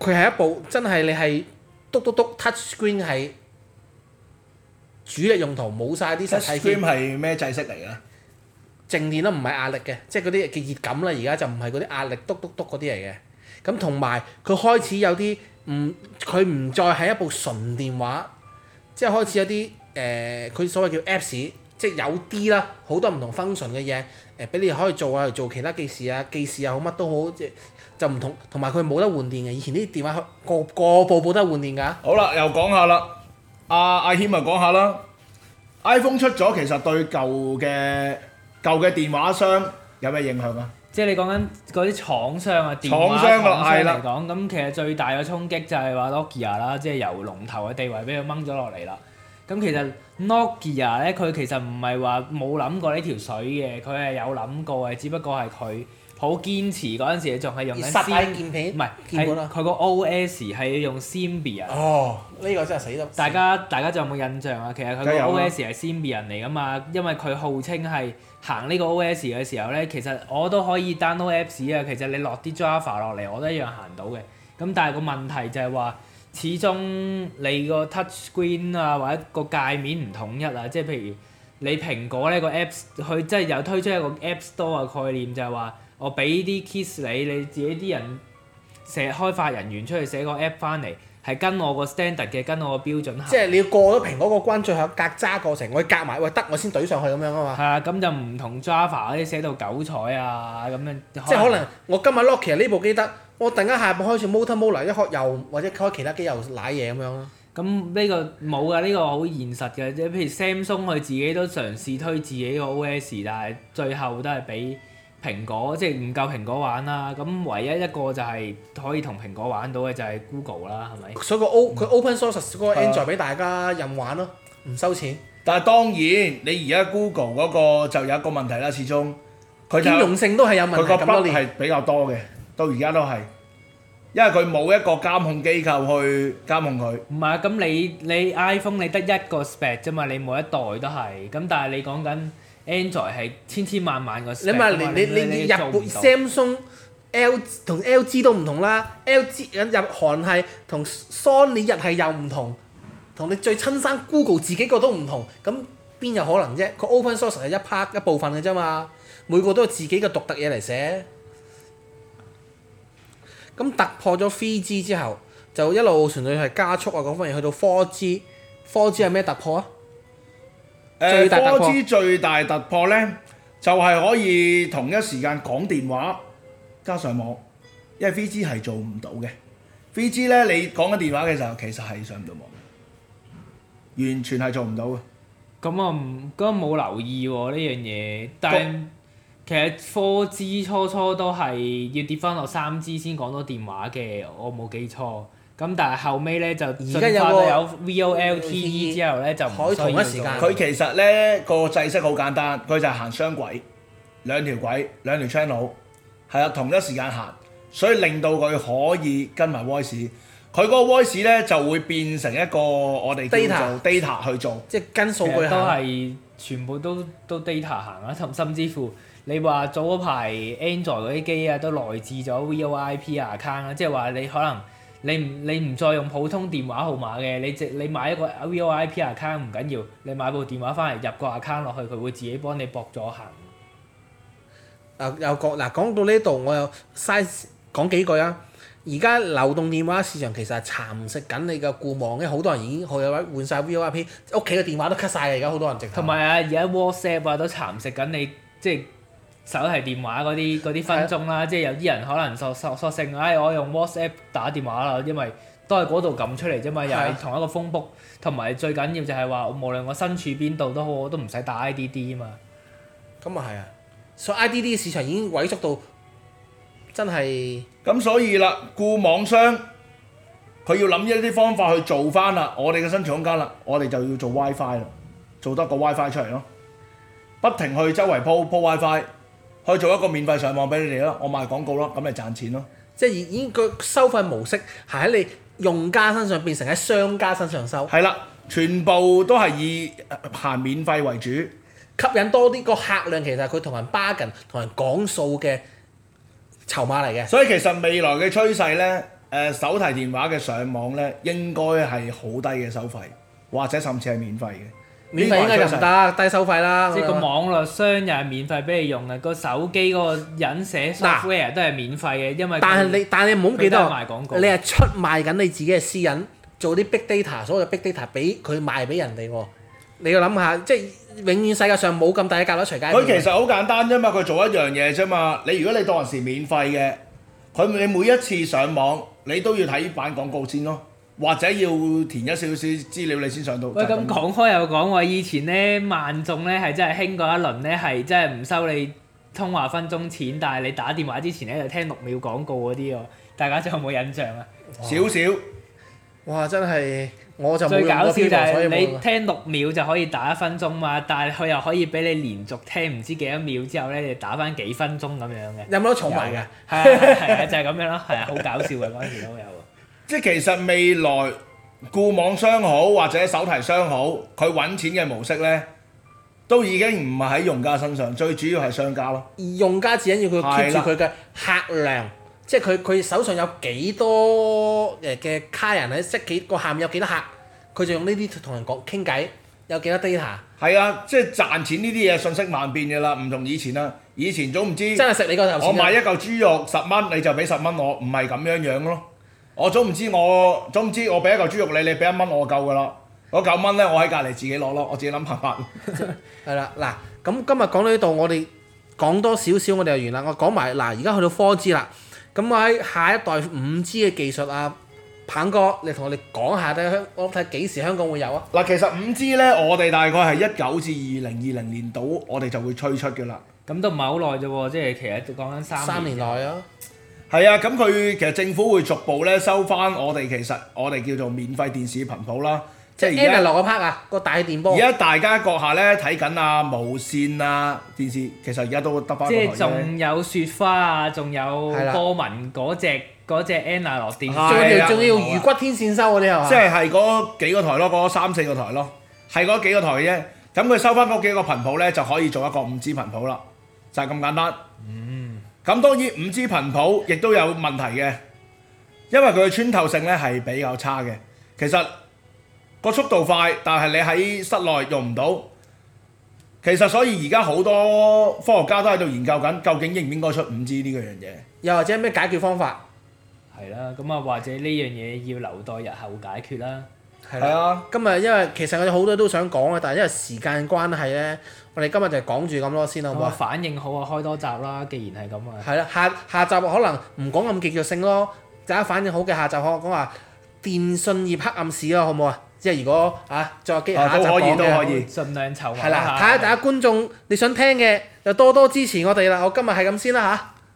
佢係一部真係你係篤篤篤 touch screen 係主力用途，冇晒啲 Touch 實體鍵 screen 係咩制式嚟嘅？靜電啦，唔係壓力嘅，即係嗰啲叫熱感啦。而家就唔係嗰啲壓力篤篤篤嗰啲嚟嘅。咁同埋佢開始有啲唔，佢唔再係一部純電話，即係開始有啲誒，佢、所謂叫 Apps，即係有啲啦，好多唔同 function 嘅嘢誒，俾、你可以做啊，做其他記事啊、記事啊，好乜都好，即係就唔同。同埋佢冇得換電嘅，以前啲電話個個部部都係換電㗎。好啦，又講下啦。阿阿軒咪講下啦。iPhone 出咗，其實對舊嘅舊嘅電話商有咩影響啊？即係你講緊嗰啲廠商啊，電廠話商廠啊係啦商嚟講，咁其實最大嘅衝擊就係話 Nokia 啦，即係由龍頭嘅地位俾佢掹咗落嚟啦。咁其實 Nokia 咧，佢其實唔係話冇諗過呢條水嘅，佢係有諗過嘅，只不過係佢好堅持嗰陣時，仲係用而緊實 Sym- 體鍵片唔係鍵盤係啊！佢個 OS 係要用啊 Symbian。哦，呢、個真係死得。大家大家仲有冇印象啊？其實佢個梗有啦 OS 係 Symbian 嚟噶嘛，因為佢號稱係行呢個 OS 嘅時候咧，其實我都可以 download apps 啊。其實你落啲 Java 落嚟，我都一樣行到嘅。咁但係個問題就係話，始終你個 touch screen 啊，或者個界面唔統一啊，即係譬如你蘋果呢個 apps，佢真係有推出一個 app store 嘅概念，就係話我俾啲 kiss 你，你自己啲人寫開發人員出去寫個 app 翻嚟，係跟我個 standard 嘅，跟我個標準行。即係你要過咗蘋果個關，最後隔揸過程，我要夾埋，喂得我先懟上去咁樣啊嘛。係啊，咁就唔同 Java 嗰啲寫到九彩啊，咁樣即係可能我今日 Nokia 呢部機得，我突然間下部開始 Motorola 一開又或者開其他機又賴嘢咁樣咯。咁呢個冇啊，呢、個好現實嘅，即係譬如 Samsung 佢自己都嘗試推自己個 OS，但係最後都係俾蘋果，即係唔夠蘋果玩啦。咁唯一一個就係可以同蘋果玩到嘅就係 Google 啦，係咪？所以個 O 佢 open source 嗰個係啊 Android 俾大家任玩咯，唔收錢，但係當然，你而家 Google 嗰個就有一個問題啦，始終佢就兼容性都係有問佢題個咁多 bug 年。係比較多嘅，到而家都係，因為佢冇一個監控機構去監控佢。唔係啊，咁你你 iPhone 你得一個 spec 啫嘛，你每一代都係。咁但係你講緊 Android 係千千萬萬個 spec 你㗎嘛。咪連啊你你你日做唔本到 Samsung、L 同 LG 都唔同啦，LG 入韓係同 Sony 日係又唔同，同你最親生 Google 自己個都唔同，咁邊有可能啫？佢 open source 係一 part 一部分嘅啫嘛，每個都有自己嘅獨特嘢嚟寫。咁突破咗 3G 之後，就一路純粹係加速啊嗰方面，去到 4G，4G 係咩突破啊？最誒大突破 4G 呃最大突破咧，就係、可以同一時間講電話加上網，因為 3G 係做唔到嘅。3G 咧，你講緊電話嘅時候，其實係上唔到網，完全係做唔到嘅。咁啊唔，咁啊冇留意喎呢樣嘢，但係其實 4G 初初都係要跌翻落 3G 先講到電話嘅，我冇記錯。咁但係後尾咧就進而家有化個到有 VOLTE E 之後咧就唔可以需要同一時間做佢其實咧個制式好簡單，佢就係行雙軌，兩條軌兩條 channel，係啊，同一時間行，所以令到佢可以跟埋 voice。佢嗰個 voice 咧就會變成一個我哋叫做 data 去做。即係跟數其據實都行。係全部都都 data 行啊，甚甚至乎你話早嗰排 Android 嗰啲機啊，都內置咗 VoIP account 啊啦，即係話你可能你唔你唔再用普通電話號碼嘅，你直你買一個 VoIP account 唔緊要，你買部電話翻嚟入個 account 落去，佢會自己幫你駁咗行。嗱啊又講嗱講到呢度，我又嘥講幾句啊！而家流動電話市場其實係蠶食緊你嘅固網嘅，好多人已經去換晒 VoIP，屋企嘅電話都 cut 晒啦！而家好多人直頭同埋啊，而家 WhatsApp 啊都蠶食緊你，即係手提電話嗰啲嗰啲分鐘啊啦。即係有啲人可能索索索性，唉、我用 WhatsApp 打電話啦，因為都係嗰度撳出嚟啫嘛，又係係啊同一個 phone book。同埋最緊要就係話，無論我身處邊度都好，我都唔使打 IDD 啊嘛。咁啊係啊，所以 IDD 嘅市場已經萎縮到真係咁所以啦，固網商佢要諗一啲方法去做翻啦，我哋嘅生存空間啦，我哋就要做 WiFi 啦，做多個 WiFi 出嚟咯，不停去周圍鋪鋪 WiFi，去做一個免費上網俾你哋啦，我賣廣告啦，咁咪賺錢咯。即係已已經個收費模式係喺你用家身上變成喺商家身上收，係啦，全部都係以呃行免費為主，吸引多啲個客量。其實佢同人 bargain 同人講數嘅籌碼嚟嘅。所以其實未來嘅趨勢呢，誒、手提電話嘅上網呢，應該係好低嘅收費，或者甚至係免費嘅。免費應該就唔呢個係趨勢得，低收費啦。即係咁個樣網絡商又係免費俾你用嘅，個手機嗰個人寫嗱 software 都係免費嘅，因為佢但係你但係你唔好佢記得都係賣廣告喎，你係出賣緊你自己嘅私隱，做啲 big data，所謂嘅 big data 俾佢賣俾人哋喎。你要諗下，即係永遠世界上冇咁大嘅格率隨街。佢其實好簡單啫嘛，佢做一樣嘢啫嘛。你如果你當時免費嘅，佢你每一次上網，你都要睇版廣告先咯，或者要填一少少資料你先上到。喂，就係咁講開又講喎，以前咧萬眾咧係真係興過一輪咧，係真係唔收你通話分鐘錢，但係你打電話之前咧就聽六秒廣告嗰啲喎，大家仲有冇印象啊？少少。哇，真係我就冇最用搞過笑就 P 所係以冇啊你用。聽六秒就可以打一分鐘嘛，但係佢又可以俾你連續聽唔知幾多秒之後咧，你打翻幾分鐘咁樣嘅。有冇得儲埋㗎？係啊係啊，就係咁樣咯，係啊，好搞笑嘅嗰陣時都有啊。即係其實未來固網商好或者手提商好，佢揾錢嘅模式呢，都已經唔係喺用家身上，最主要係商家咯。而用家只緊要佢 keep 係住啦佢嘅客量，即係佢佢手上有幾多誒嘅卡人喺，即係幾個下面有幾多客，佢就用呢啲同人講傾偈，有幾多 data，係啊，即係賺錢呢啲嘢瞬息萬變嘅啦，唔同以前啦。以前總唔知真係食你個頭先啊。我買一嚿豬肉十蚊，你就俾十蚊我，唔係咁樣樣咯。我總唔知我總唔知我俾一嚿豬肉你，你俾一蚊我夠噶啦。嗰九蚊呢，我喺隔離自己攞咯，我自己諗辦法。係啦，嗱，咁今日講到呢度，我哋講多少少，我哋就完啦。我講埋嗱，而家去到 4G 啦，咁我喺下一代 5G 嘅技術啊，棒哥，你同我哋講下睇香，我睇幾時香港會有啊？嗱，其實五 G 呢，我哋大概係一九至二零二零年度，我哋就會推出嘅啦。咁都唔係好耐啫喎，即係其實講緊三年內啊，係啊，咁佢其實政府會逐步咧收翻我哋其實我哋叫做免費電視頻譜啦，即即係係 a 而 n 家落個 part 啊，個大電波而。家大家閣下咧睇緊啊無線啊電視，其實而家都得翻個即台係啫。仲有雪花啊，仲有係啦波紋嗰只嗰只 Anna 落電視係仲係要啊仲要魚骨天線收嗰啲係嘛？即係係嗰幾個台咯，嗰三四個台咯，係嗰幾個台啫。咁佢收翻嗰幾個頻譜咧，就可以做一個五 G 頻譜啦，就係、咁簡單。咁當然五 G 頻譜亦都有問題嘅，因為佢嘅穿透性咧係比較差嘅。其實個速度快，但係你喺室內用唔到。其實所以而家好多科學家都喺度研究緊，究竟應唔應該出五 G 呢個樣嘢？又或者咩解決方法？係啦，咁啊或者呢樣嘢要留待日後解決啦。係係啊，今日因為其實我哋好多都想講嘅，但係因為時間關係咧，我哋今日就講住咁多先好唔咁好啊啊？反應好啊，開多集啦。既然係咁啊，係啦，下下集可能唔講咁技術性咯，大家反應好嘅下集可講話電信業黑暗史咯，好唔好啊？即係如果啊，再有機啊下一集都可以講嘅都可以啊盡量籌劃嗯係啦，睇下大家觀眾你想聽嘅就多多支持我哋啦。我今日係咁先啦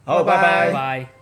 吓，好，拜拜拜拜。